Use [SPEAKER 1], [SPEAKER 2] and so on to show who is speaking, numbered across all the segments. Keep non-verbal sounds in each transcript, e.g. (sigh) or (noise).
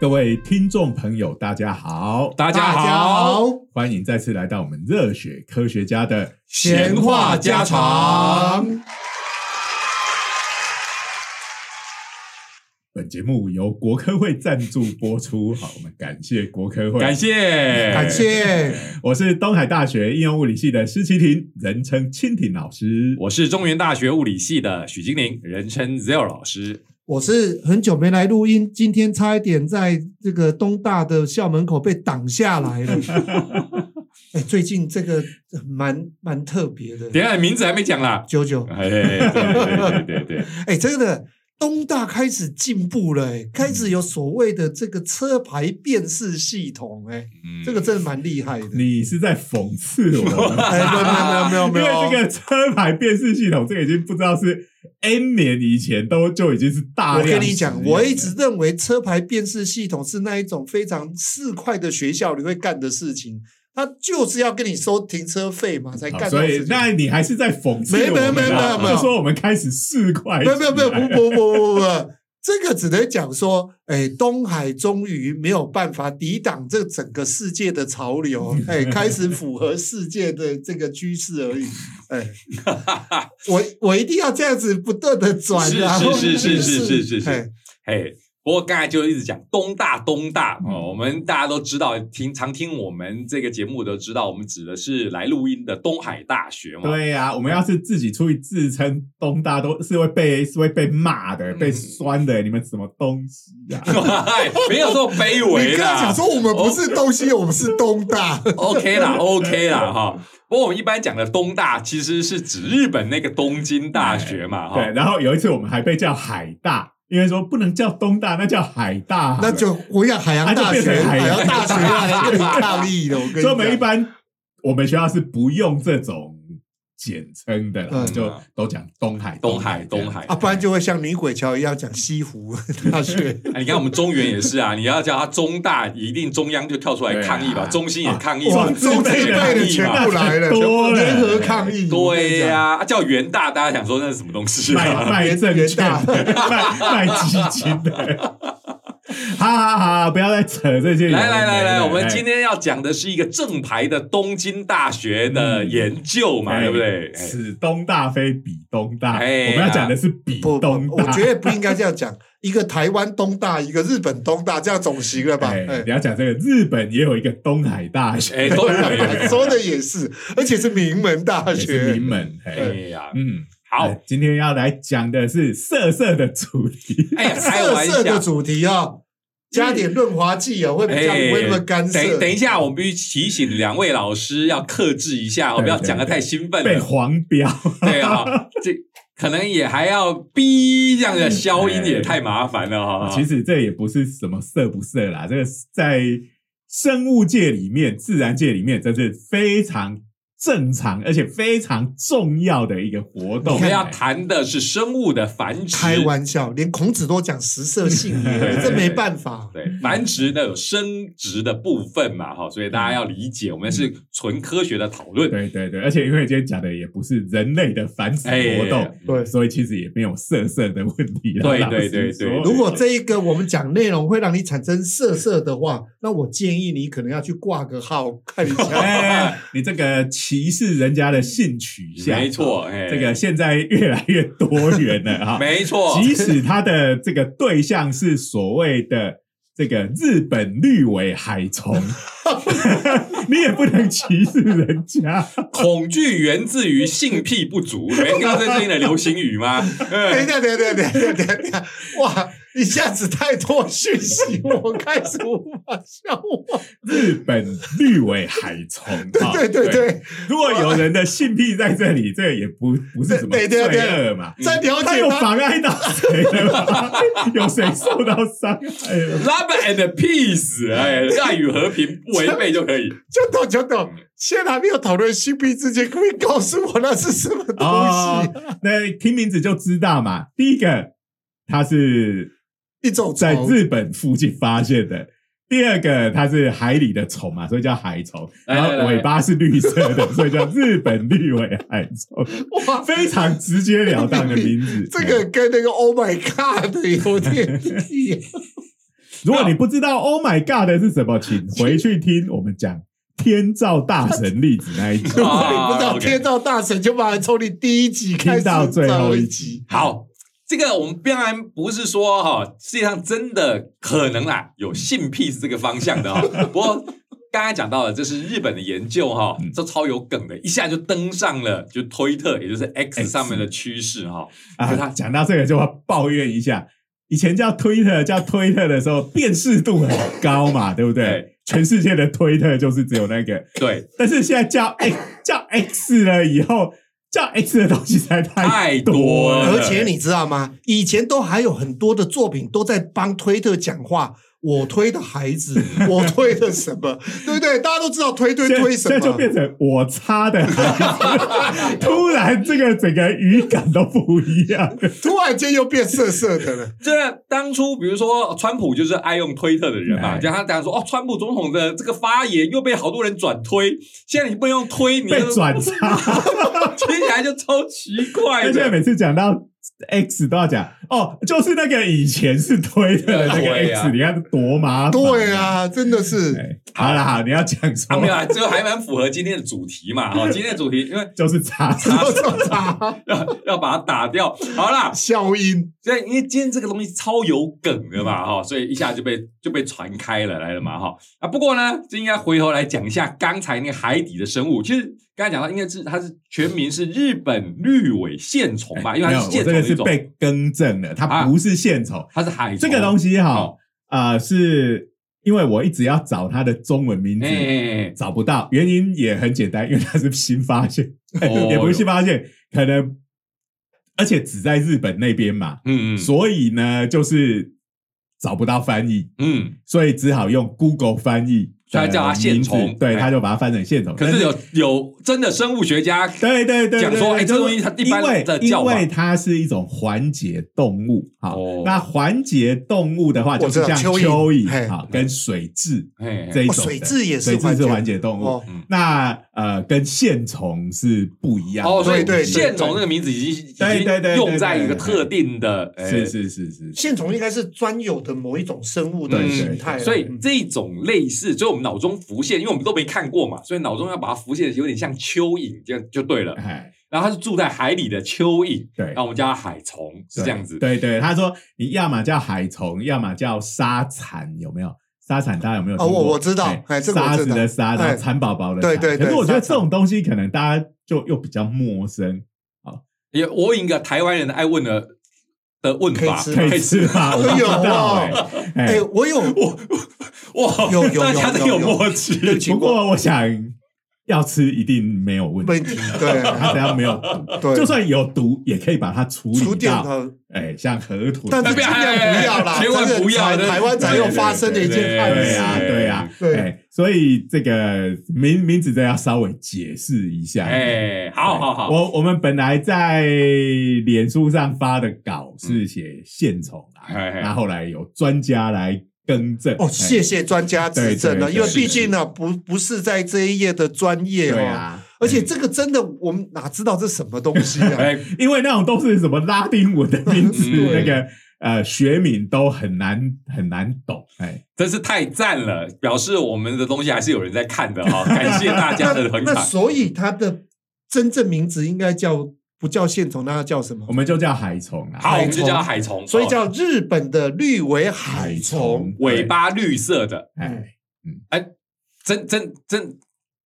[SPEAKER 1] 各位听众朋友，大家好，
[SPEAKER 2] 大家好，
[SPEAKER 1] 欢迎再次来到我们热血科学家的
[SPEAKER 2] 闲话家常。
[SPEAKER 1] 本节目由国科会赞助播出，好，我们感谢国科会，
[SPEAKER 2] 感谢
[SPEAKER 3] 感。谢
[SPEAKER 1] 我是东海大学应用物理系的施奇婷，人称蜻蜓老师。
[SPEAKER 2] 我是中原大学物理系的许金玲，人称 Zero 老师。
[SPEAKER 3] 我是很久没来录音，今天差一点在这个东大的校门口被挡下来
[SPEAKER 2] (laughs)
[SPEAKER 3] 了。哎、最近这个蛮蛮特别的，
[SPEAKER 2] 等一下名字还没讲啦。
[SPEAKER 3] 九九，
[SPEAKER 2] 哎，
[SPEAKER 3] (laughs)
[SPEAKER 2] 对对对对对，
[SPEAKER 3] 哎，真的东大开始进步了、哎，开始有所谓的这个车牌辨识系统、哎，
[SPEAKER 2] 嗯
[SPEAKER 3] 这个真的蛮厉害的。
[SPEAKER 1] 你是在讽刺我吗？
[SPEAKER 3] 哎， (laughs) 没有没有没有没
[SPEAKER 1] 因
[SPEAKER 3] 有
[SPEAKER 1] 为
[SPEAKER 3] 没有，
[SPEAKER 1] 这个车牌辨识系统，这个已经不知道是 N 年以前都就已经是
[SPEAKER 2] 啊
[SPEAKER 1] 大
[SPEAKER 3] 我
[SPEAKER 1] 量。
[SPEAKER 3] 跟你讲，我一直认为车牌辨识系统是那一种非常市侩的学校你会干的事情，他就是要跟你收停车费嘛，才
[SPEAKER 1] 好
[SPEAKER 3] 哎干这
[SPEAKER 1] 所
[SPEAKER 2] 啊
[SPEAKER 3] 种
[SPEAKER 1] 以
[SPEAKER 3] 事情。
[SPEAKER 1] 那你还是在讽刺
[SPEAKER 3] 没
[SPEAKER 1] 我们啊
[SPEAKER 3] 没没没没
[SPEAKER 1] 就说我们开始四块，
[SPEAKER 3] 没有没有没有不不不不不不，这个只能讲说，哎，东海终于没有办法抵挡这整个世界的潮流，哎，开始符合世界的这个趋势而已。
[SPEAKER 2] (laughs)
[SPEAKER 3] 哎，我我一定要这样子不断的转，
[SPEAKER 2] 是
[SPEAKER 3] 然后
[SPEAKER 2] 是是是是是是是
[SPEAKER 3] (laughs) 哎
[SPEAKER 2] 嘿，不过刚才就一直讲东大东大
[SPEAKER 3] 嗯
[SPEAKER 2] 哦，我们大家都知道，听常听我们这个节目都知道，我们指的是来录音的东海大学嘛。
[SPEAKER 1] 对呀、我们要是自己出去自称东大都是会被是会被骂的、
[SPEAKER 2] 嗯
[SPEAKER 1] 被酸的，你们什么东西
[SPEAKER 3] (laughs)
[SPEAKER 1] 呀、
[SPEAKER 2] (laughs) 哎，没有这么卑微
[SPEAKER 3] 你刚
[SPEAKER 2] 啦
[SPEAKER 3] 才讲。说我们不是东西，我们是东大。
[SPEAKER 1] 哦
[SPEAKER 2] OK 啦，OK 啦，哈。不过我们一般讲的东大其实是指日本那个东京大学嘛，哈。
[SPEAKER 1] 对，然后有一次我们还被叫海大，因为说不能叫东大，那叫海大好了，
[SPEAKER 3] 那就我想海洋大
[SPEAKER 1] 啊那就变
[SPEAKER 3] 学，
[SPEAKER 1] 成海
[SPEAKER 3] 海
[SPEAKER 1] 洋
[SPEAKER 3] 洋大学来跟你抗议的。我跟你
[SPEAKER 1] 所以我们一
[SPEAKER 3] 讲，
[SPEAKER 1] 般我们学校是不用这种简称的啦，
[SPEAKER 3] 嗯
[SPEAKER 1] 就都讲东海、
[SPEAKER 2] 东海，东
[SPEAKER 1] 海
[SPEAKER 2] 海
[SPEAKER 3] 啊，不然就会像女鬼桥一样讲西湖
[SPEAKER 1] (laughs)
[SPEAKER 3] 大学。
[SPEAKER 2] 啊你看我们中原也是啊，你要叫他中大，一定中央就跳出来抗议吧，
[SPEAKER 1] 对啊
[SPEAKER 2] 中心也抗议
[SPEAKER 1] 哇
[SPEAKER 2] 吧，
[SPEAKER 1] 这一
[SPEAKER 2] 中
[SPEAKER 1] 辈的
[SPEAKER 2] 也抗
[SPEAKER 3] 人
[SPEAKER 2] 议
[SPEAKER 3] 全
[SPEAKER 2] 吧
[SPEAKER 3] 部。来了，
[SPEAKER 1] 太多了
[SPEAKER 3] 联合抗议。我跟
[SPEAKER 2] 对
[SPEAKER 3] 你讲
[SPEAKER 2] 呀、啊，叫元大，大家想说那是什么东西
[SPEAKER 1] 卖
[SPEAKER 2] 啊？
[SPEAKER 1] 卖证
[SPEAKER 3] (laughs)
[SPEAKER 1] 券
[SPEAKER 3] 大
[SPEAKER 1] 的、卖卖基金的。好好好，不要再扯这些有的没
[SPEAKER 2] (laughs) 来
[SPEAKER 1] 的。
[SPEAKER 2] 来来来，我们
[SPEAKER 1] 哎
[SPEAKER 2] 今天要讲的是一个正牌的东京大学的
[SPEAKER 1] 嗯
[SPEAKER 2] 研究嘛，
[SPEAKER 1] 哎
[SPEAKER 2] 对不对？哎
[SPEAKER 1] 此东大非彼东大，
[SPEAKER 2] 哎
[SPEAKER 1] 我们要讲的是彼
[SPEAKER 3] 不不
[SPEAKER 1] 东，
[SPEAKER 3] 我
[SPEAKER 1] 大。
[SPEAKER 3] 觉得不应该这样讲。一个台湾东大，一个日本东大，这样总行了吧？
[SPEAKER 1] 哎
[SPEAKER 3] 哎，
[SPEAKER 1] 你要讲这个，日本也有一个东海大学，
[SPEAKER 2] 哎，都有。
[SPEAKER 3] 说的也是，而且是名门大
[SPEAKER 1] 也是
[SPEAKER 3] 学
[SPEAKER 1] 名。门。
[SPEAKER 2] 哎
[SPEAKER 1] 哎，
[SPEAKER 2] 呀，
[SPEAKER 1] 嗯，
[SPEAKER 2] 好
[SPEAKER 1] 哎，，今天要来讲的是色色的主题。
[SPEAKER 2] 哎呀，开
[SPEAKER 3] 色
[SPEAKER 2] 玩
[SPEAKER 3] 色的
[SPEAKER 2] 笑。
[SPEAKER 3] 主题
[SPEAKER 1] 哎
[SPEAKER 3] 啊，加点润滑剂啊，会比较不会那么干涩。
[SPEAKER 2] 哎等等一下，我们必须提醒两位老师要克制一下哦，
[SPEAKER 1] 对
[SPEAKER 2] 不要讲的太兴奋
[SPEAKER 1] 被
[SPEAKER 2] 了。
[SPEAKER 1] 黄标，
[SPEAKER 2] 对啊，这可能也还要逼这样的消音也太麻烦了哈。
[SPEAKER 1] 其实这也不是什么色不色啦，这个在生物界里面、自然界里面，这是非常正常而且非常重要的一个活动。欸
[SPEAKER 2] 我们要谈的是生物的繁殖，
[SPEAKER 3] 开玩笑，连孔子都讲食色性
[SPEAKER 2] 对
[SPEAKER 3] 也，这没办法。
[SPEAKER 2] 对繁殖呢有生殖的部分嘛哈，所以大家要理解，我们是纯科学的讨论。
[SPEAKER 1] 嗯对对对，而且因为今天讲的也不是人类的繁殖
[SPEAKER 2] 哎
[SPEAKER 1] 活动，
[SPEAKER 3] 对
[SPEAKER 1] 所以其实也没有色色的问题啦。
[SPEAKER 2] 对
[SPEAKER 1] 老实
[SPEAKER 2] 对对对
[SPEAKER 1] 说
[SPEAKER 3] 如果这一个我们讲内容会让你产生色色的话，那我建议你可能要去挂个号看一下。
[SPEAKER 1] 哎，你这个歧视人家的性取向，
[SPEAKER 2] 没，错，哎，
[SPEAKER 1] 这个现在越来越多元了啊。
[SPEAKER 2] 没
[SPEAKER 3] 哦
[SPEAKER 2] 错，
[SPEAKER 1] 即使他的这个对象是所谓的这个日本绿尾海
[SPEAKER 3] (laughs)
[SPEAKER 1] 虫， (laughs) 你也不能歧视人家。
[SPEAKER 2] 恐惧源自于性癖不足。你没听到最近的流行
[SPEAKER 1] (laughs)
[SPEAKER 2] 语吗？嗯
[SPEAKER 3] 等一下，等一下，等一下，等一下，等一下！哇，一下子太多讯息，我开始无法消化。
[SPEAKER 1] 日本绿尾海虫，啊
[SPEAKER 3] (laughs) 对对对，
[SPEAKER 1] 如果有人的性癖在这里，这也不不是什么
[SPEAKER 3] 对对对
[SPEAKER 1] 罪恶嘛。
[SPEAKER 3] 再了
[SPEAKER 1] 他
[SPEAKER 3] 解
[SPEAKER 1] 有
[SPEAKER 3] 他，
[SPEAKER 1] 妨碍到谁了吗？ (laughs) 有谁受到伤害了
[SPEAKER 3] (laughs)
[SPEAKER 1] 吗？
[SPEAKER 2] Love and peace，哎，爱与和平不违背就可
[SPEAKER 1] (laughs)
[SPEAKER 2] 以。
[SPEAKER 3] 就懂就懂。现在还没有讨论性癖之前，可不可以告诉我那是什么东
[SPEAKER 1] 哦
[SPEAKER 3] 西？，
[SPEAKER 1] 那听名字就知道嘛。第一个，它是
[SPEAKER 3] 一
[SPEAKER 2] 哦
[SPEAKER 3] 种
[SPEAKER 1] 在
[SPEAKER 3] 虫
[SPEAKER 1] 日本附近发现的。第二个，它是海里的虫啊嘛，所以叫海虫。
[SPEAKER 2] 来
[SPEAKER 1] 然
[SPEAKER 2] 来来
[SPEAKER 1] 后尾巴是绿色
[SPEAKER 2] (laughs)
[SPEAKER 1] 的，所以叫日本绿尾海虫。
[SPEAKER 3] 哇，
[SPEAKER 1] 非常直截了
[SPEAKER 3] (laughs)
[SPEAKER 1] 当的名字。哎 (laughs)
[SPEAKER 3] 这个跟那个 Oh my God 的有点一样
[SPEAKER 1] 如果你不知道 “Oh my God” 是什么，请回去听我们讲天照大神粒子那一集，
[SPEAKER 3] 如果你不
[SPEAKER 2] 啊
[SPEAKER 3] 知道
[SPEAKER 2] ，OK
[SPEAKER 3] 贴到大神，就把它从你第一集开
[SPEAKER 1] 听
[SPEAKER 3] 始
[SPEAKER 1] 到最后
[SPEAKER 3] 找
[SPEAKER 1] 一
[SPEAKER 3] 一
[SPEAKER 1] 集
[SPEAKER 3] 集。
[SPEAKER 2] 好，这个我们当然不是说哈、世界上真的可能啦有性癖是这个方
[SPEAKER 1] (laughs)
[SPEAKER 2] 向的哈、不过刚才讲到了，这是日本的研究哈、
[SPEAKER 1] 嗯
[SPEAKER 2] 这超有梗的，一下就登上了就推特，也就是 X 上面的趋势哈、可是
[SPEAKER 1] (laughs) 啊
[SPEAKER 2] 他，
[SPEAKER 1] 讲到这个就要抱怨一下，以前叫推特叫推特的时候，辨识度很高嘛，对不对
[SPEAKER 2] 对？
[SPEAKER 1] 全世界的推特就是只有那个，
[SPEAKER 2] 对，
[SPEAKER 1] 但是现在
[SPEAKER 3] (laughs)
[SPEAKER 1] 叫 X 叫 X 了以后，叫 X 的东西实在太
[SPEAKER 2] 太
[SPEAKER 1] 多
[SPEAKER 2] 多
[SPEAKER 1] 了，
[SPEAKER 2] 了
[SPEAKER 3] 而且你知道吗？以前都还有很多的作品都在帮推特讲话。我推的孩
[SPEAKER 1] (laughs)
[SPEAKER 3] 子，我推的什么，对不对？大家都知道推推
[SPEAKER 1] 现在
[SPEAKER 3] 推什
[SPEAKER 1] 现在就
[SPEAKER 3] 么，
[SPEAKER 1] 变成我擦的 (laughs) 孩子，突然这个整个语感都不一样。
[SPEAKER 3] (laughs) 突然间又变色色的
[SPEAKER 1] (laughs)
[SPEAKER 3] 了。
[SPEAKER 2] 这当初比如说川普就是爱用推特的人嘛，
[SPEAKER 1] 哎
[SPEAKER 2] 就他讲说哦，川普总统的这个发言又被好多人转推，现在你不用推，你
[SPEAKER 1] 被
[SPEAKER 2] 就
[SPEAKER 1] 转差，
[SPEAKER 2] (laughs) 听起来就超奇
[SPEAKER 1] (laughs)
[SPEAKER 2] 怪
[SPEAKER 1] 而且
[SPEAKER 2] 的。
[SPEAKER 1] 每次讲到 X 都要讲哦，就是那个以前是推特的那个
[SPEAKER 2] 对
[SPEAKER 1] X，、
[SPEAKER 2] 啊
[SPEAKER 1] 你看多麻烦。
[SPEAKER 3] 对啊，真的 (laughs)
[SPEAKER 1] (laughs)
[SPEAKER 3] 是
[SPEAKER 1] 哎，好啦，好，你要讲什
[SPEAKER 2] 啊，没
[SPEAKER 1] 么？
[SPEAKER 2] 有啊，这个还蛮符合今天的主题
[SPEAKER 1] (laughs)
[SPEAKER 2] 嘛。哦哈，今天的主题因为 (laughs)
[SPEAKER 1] 就是差。
[SPEAKER 2] 要要把它打掉。好啦，
[SPEAKER 3] 消音，
[SPEAKER 2] 所以因为今天这个东西超有梗的嘛，哈，所以一下就被就被传开了来了嘛，哈。啊，不过呢，就应该回头来讲一下刚才那个海底的生物。其实刚才讲到，应该是它是全名是日本绿尾线虫吧，因为
[SPEAKER 1] 哎没有，
[SPEAKER 2] 它是
[SPEAKER 1] 我
[SPEAKER 2] 线
[SPEAKER 1] 这
[SPEAKER 2] 虫的
[SPEAKER 1] 个
[SPEAKER 2] 一
[SPEAKER 1] 是
[SPEAKER 2] 种，
[SPEAKER 1] 被更正了，它
[SPEAKER 2] 啊
[SPEAKER 1] 不是线虫。
[SPEAKER 2] 它是海
[SPEAKER 1] 这个东
[SPEAKER 2] 西，
[SPEAKER 1] 西哈
[SPEAKER 2] 哦，
[SPEAKER 1] 呃，是因为我一直要找它的中文名字
[SPEAKER 2] 哎，哎
[SPEAKER 1] 找不到，原因也很简单，因为它是新发现，
[SPEAKER 2] 哦
[SPEAKER 1] (laughs) 也不是新发现，可能而且只在日本那边嘛，
[SPEAKER 2] 嗯嗯
[SPEAKER 1] 所以呢，就是找不到翻译，
[SPEAKER 2] 嗯，
[SPEAKER 1] 所以只好用 Google 翻译，
[SPEAKER 2] 所以它叫它线虫
[SPEAKER 1] 呃名字对，
[SPEAKER 2] 哎
[SPEAKER 1] 他就把它翻成线虫。
[SPEAKER 2] 可
[SPEAKER 1] 但
[SPEAKER 2] 是有有真的生物学家
[SPEAKER 1] 对对对，
[SPEAKER 2] 讲
[SPEAKER 1] 对
[SPEAKER 2] 说
[SPEAKER 1] 对
[SPEAKER 2] 哎这
[SPEAKER 1] 就是
[SPEAKER 2] 东西它一般
[SPEAKER 1] 因为
[SPEAKER 2] 的叫法
[SPEAKER 1] 因为它是一种环节动物，好
[SPEAKER 2] 哦，
[SPEAKER 1] 那环节动物的话，就
[SPEAKER 3] 我知
[SPEAKER 1] 是
[SPEAKER 3] 道
[SPEAKER 1] 像
[SPEAKER 3] 蚯蚓
[SPEAKER 1] 蚯蚓
[SPEAKER 3] 嘿
[SPEAKER 1] 好跟水蛭
[SPEAKER 2] 嘿嘿
[SPEAKER 1] 这一种
[SPEAKER 3] 哦
[SPEAKER 1] 的，
[SPEAKER 3] 水蛭也是
[SPEAKER 1] 水蛭
[SPEAKER 3] 环
[SPEAKER 1] 是
[SPEAKER 3] 节
[SPEAKER 1] 环节动物
[SPEAKER 3] 哦，
[SPEAKER 2] 嗯
[SPEAKER 1] 那呃跟线虫是不一样的，
[SPEAKER 2] 哦，所以
[SPEAKER 3] 对对对
[SPEAKER 2] 线虫这个名字已经已
[SPEAKER 1] 对对对
[SPEAKER 2] 经用在一个
[SPEAKER 1] 对对对
[SPEAKER 2] 特定的，哎
[SPEAKER 1] 是是是是，
[SPEAKER 3] 线虫应该是专有的某一种生物的
[SPEAKER 2] 对
[SPEAKER 3] 形态啊，
[SPEAKER 2] 所以
[SPEAKER 3] 嗯
[SPEAKER 2] 这种类似，就我们脑中浮现，因为我们都没看过嘛，所以脑中要把它浮现的有点像蚯蚓，这样就对了。
[SPEAKER 1] 哎，
[SPEAKER 2] 然后它是住在海里的蚯蚓，
[SPEAKER 1] 对
[SPEAKER 2] 那。我们叫它海虫，是
[SPEAKER 1] 对
[SPEAKER 2] 这样子。
[SPEAKER 1] 对对，他说你要么叫海虫，要么叫沙蚕，有没有？沙蚕大家有没有听过？
[SPEAKER 3] 哦我我知道哎这个我
[SPEAKER 1] 沙
[SPEAKER 3] 知
[SPEAKER 1] 子的
[SPEAKER 3] 道
[SPEAKER 1] 沙，然后
[SPEAKER 3] 哎
[SPEAKER 1] 蚕宝宝的
[SPEAKER 3] 对
[SPEAKER 1] 蚕
[SPEAKER 3] 对
[SPEAKER 1] 可
[SPEAKER 3] 对
[SPEAKER 1] 是我觉得
[SPEAKER 3] 沙
[SPEAKER 1] 这种东西可能大家就又比较陌
[SPEAKER 3] (laughs)
[SPEAKER 1] 生，
[SPEAKER 2] 也我有一个台湾人爱问的的问
[SPEAKER 3] 可以
[SPEAKER 2] 法，
[SPEAKER 3] 吃
[SPEAKER 1] 可以吃吗？我不知道
[SPEAKER 3] 哎呦
[SPEAKER 1] 哎哎
[SPEAKER 3] 哎，。我有
[SPEAKER 2] 我哇，
[SPEAKER 3] 有有
[SPEAKER 2] 大家都有
[SPEAKER 3] 有有
[SPEAKER 2] 默契，
[SPEAKER 3] 有
[SPEAKER 1] 不过我想要吃一定没有问题，
[SPEAKER 3] 问题，对啊
[SPEAKER 1] 它只要没有毒，
[SPEAKER 3] 对，
[SPEAKER 1] 就算有毒也可以把它处
[SPEAKER 3] 除
[SPEAKER 1] 理
[SPEAKER 3] 掉
[SPEAKER 1] 到，
[SPEAKER 3] 它，
[SPEAKER 1] 哎，像河豚，
[SPEAKER 3] 但
[SPEAKER 2] 那
[SPEAKER 3] 是尽
[SPEAKER 2] 边
[SPEAKER 3] 量不要啦，
[SPEAKER 2] 千万
[SPEAKER 3] 这个
[SPEAKER 2] 不要
[SPEAKER 3] 才
[SPEAKER 2] 对
[SPEAKER 3] 台湾才有发生的一件案
[SPEAKER 1] 对
[SPEAKER 3] 子
[SPEAKER 1] 呀，
[SPEAKER 2] 对
[SPEAKER 1] 对
[SPEAKER 3] (laughs)
[SPEAKER 1] 呀，
[SPEAKER 3] 对
[SPEAKER 1] 哎，所以这个名名字真的要稍微解释一下。
[SPEAKER 2] 哎，好好好，
[SPEAKER 1] 我我们本来在脸书上发的稿是写线虫啊，
[SPEAKER 2] 嗯嘿嘿
[SPEAKER 1] 那后来有专家来更正。
[SPEAKER 3] 哦，
[SPEAKER 1] 哎
[SPEAKER 3] 谢谢专家指正
[SPEAKER 1] 对对
[SPEAKER 3] 了，
[SPEAKER 1] 对
[SPEAKER 3] 因为毕竟呢，不不是在这一页的专业
[SPEAKER 1] 对
[SPEAKER 3] 哦，
[SPEAKER 1] 啊，
[SPEAKER 3] 而且这个真的我们哪知道这什么东西啊？
[SPEAKER 2] 哎，
[SPEAKER 1] 因为那种都是什么拉丁文的名字，
[SPEAKER 2] 嗯
[SPEAKER 1] 那个呃学名都很难很难懂。哎，
[SPEAKER 2] 真是太赞了，表示我们的东西还是有人在看的哈，感谢大家的捧
[SPEAKER 3] (laughs) 那
[SPEAKER 2] 场。
[SPEAKER 3] 所以它的真正名字应该叫不叫线虫，那要叫什么
[SPEAKER 1] 我？们就叫海虫啊，
[SPEAKER 2] 好，我
[SPEAKER 3] 海
[SPEAKER 2] 们就
[SPEAKER 3] 虫
[SPEAKER 2] 叫它海虫，
[SPEAKER 3] 所以
[SPEAKER 2] 哦
[SPEAKER 3] 叫日本的绿为海虫，
[SPEAKER 2] 尾。巴绿色的，
[SPEAKER 1] 对哎，
[SPEAKER 2] 真真真，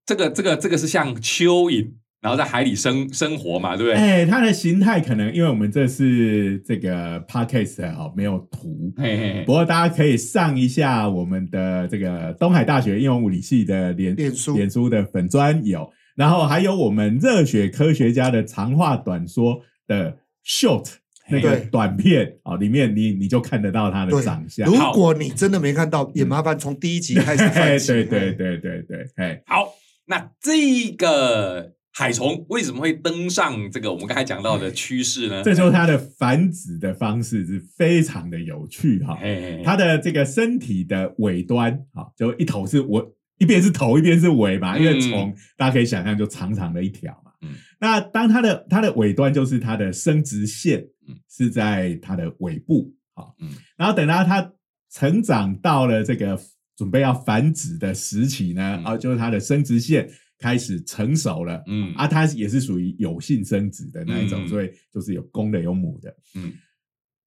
[SPEAKER 2] 这个这个这个是像蚯蚓，然后在海里生生活嘛，对不对？
[SPEAKER 1] 哎，它的形态可能因为我们这是这个 podcast 哦，没有图，
[SPEAKER 2] 嘿嘿
[SPEAKER 1] 不
[SPEAKER 2] 嘿，
[SPEAKER 1] 过大家可以上一下我们的这个东海大学应用物理系的脸
[SPEAKER 3] 脸书
[SPEAKER 1] 脸书的粉砖有，然后还有我们热血科学家的长话短说的 short 那个
[SPEAKER 3] 对
[SPEAKER 1] 短片哦，里面你你就看得到它的
[SPEAKER 3] 对
[SPEAKER 1] 长相
[SPEAKER 3] 如。
[SPEAKER 1] (laughs)
[SPEAKER 3] 果你真的没看到，也麻烦从第一集开始翻
[SPEAKER 1] 嘿
[SPEAKER 3] 起。
[SPEAKER 1] 哎对对对对对，哎，
[SPEAKER 2] 好，那这个海虫为什么会登上这个我们刚才讲到的趋势呢？
[SPEAKER 1] 这就是它的繁殖的方式是非常的有趣哈、
[SPEAKER 2] 嘿嘿嘿
[SPEAKER 1] 它的这个身体的尾端，好，就一头是尾，一边是头，一边是尾嘛，
[SPEAKER 2] 嗯
[SPEAKER 1] 因为虫大家可以想象就长长的一条嘛。
[SPEAKER 2] 嗯
[SPEAKER 1] 那当它的它的尾端就是它的生殖腺
[SPEAKER 2] 嗯，
[SPEAKER 1] 是在它的尾部，好，
[SPEAKER 2] 嗯
[SPEAKER 1] 然后等到它成长到了这个准备要繁殖的时期呢
[SPEAKER 2] 嗯，
[SPEAKER 1] 啊，就是它的生殖腺开始成熟了。
[SPEAKER 2] 嗯
[SPEAKER 1] 啊，它也是属于有性生殖的那一种，
[SPEAKER 2] 嗯
[SPEAKER 1] 所以就是有公的有母的。
[SPEAKER 2] 嗯，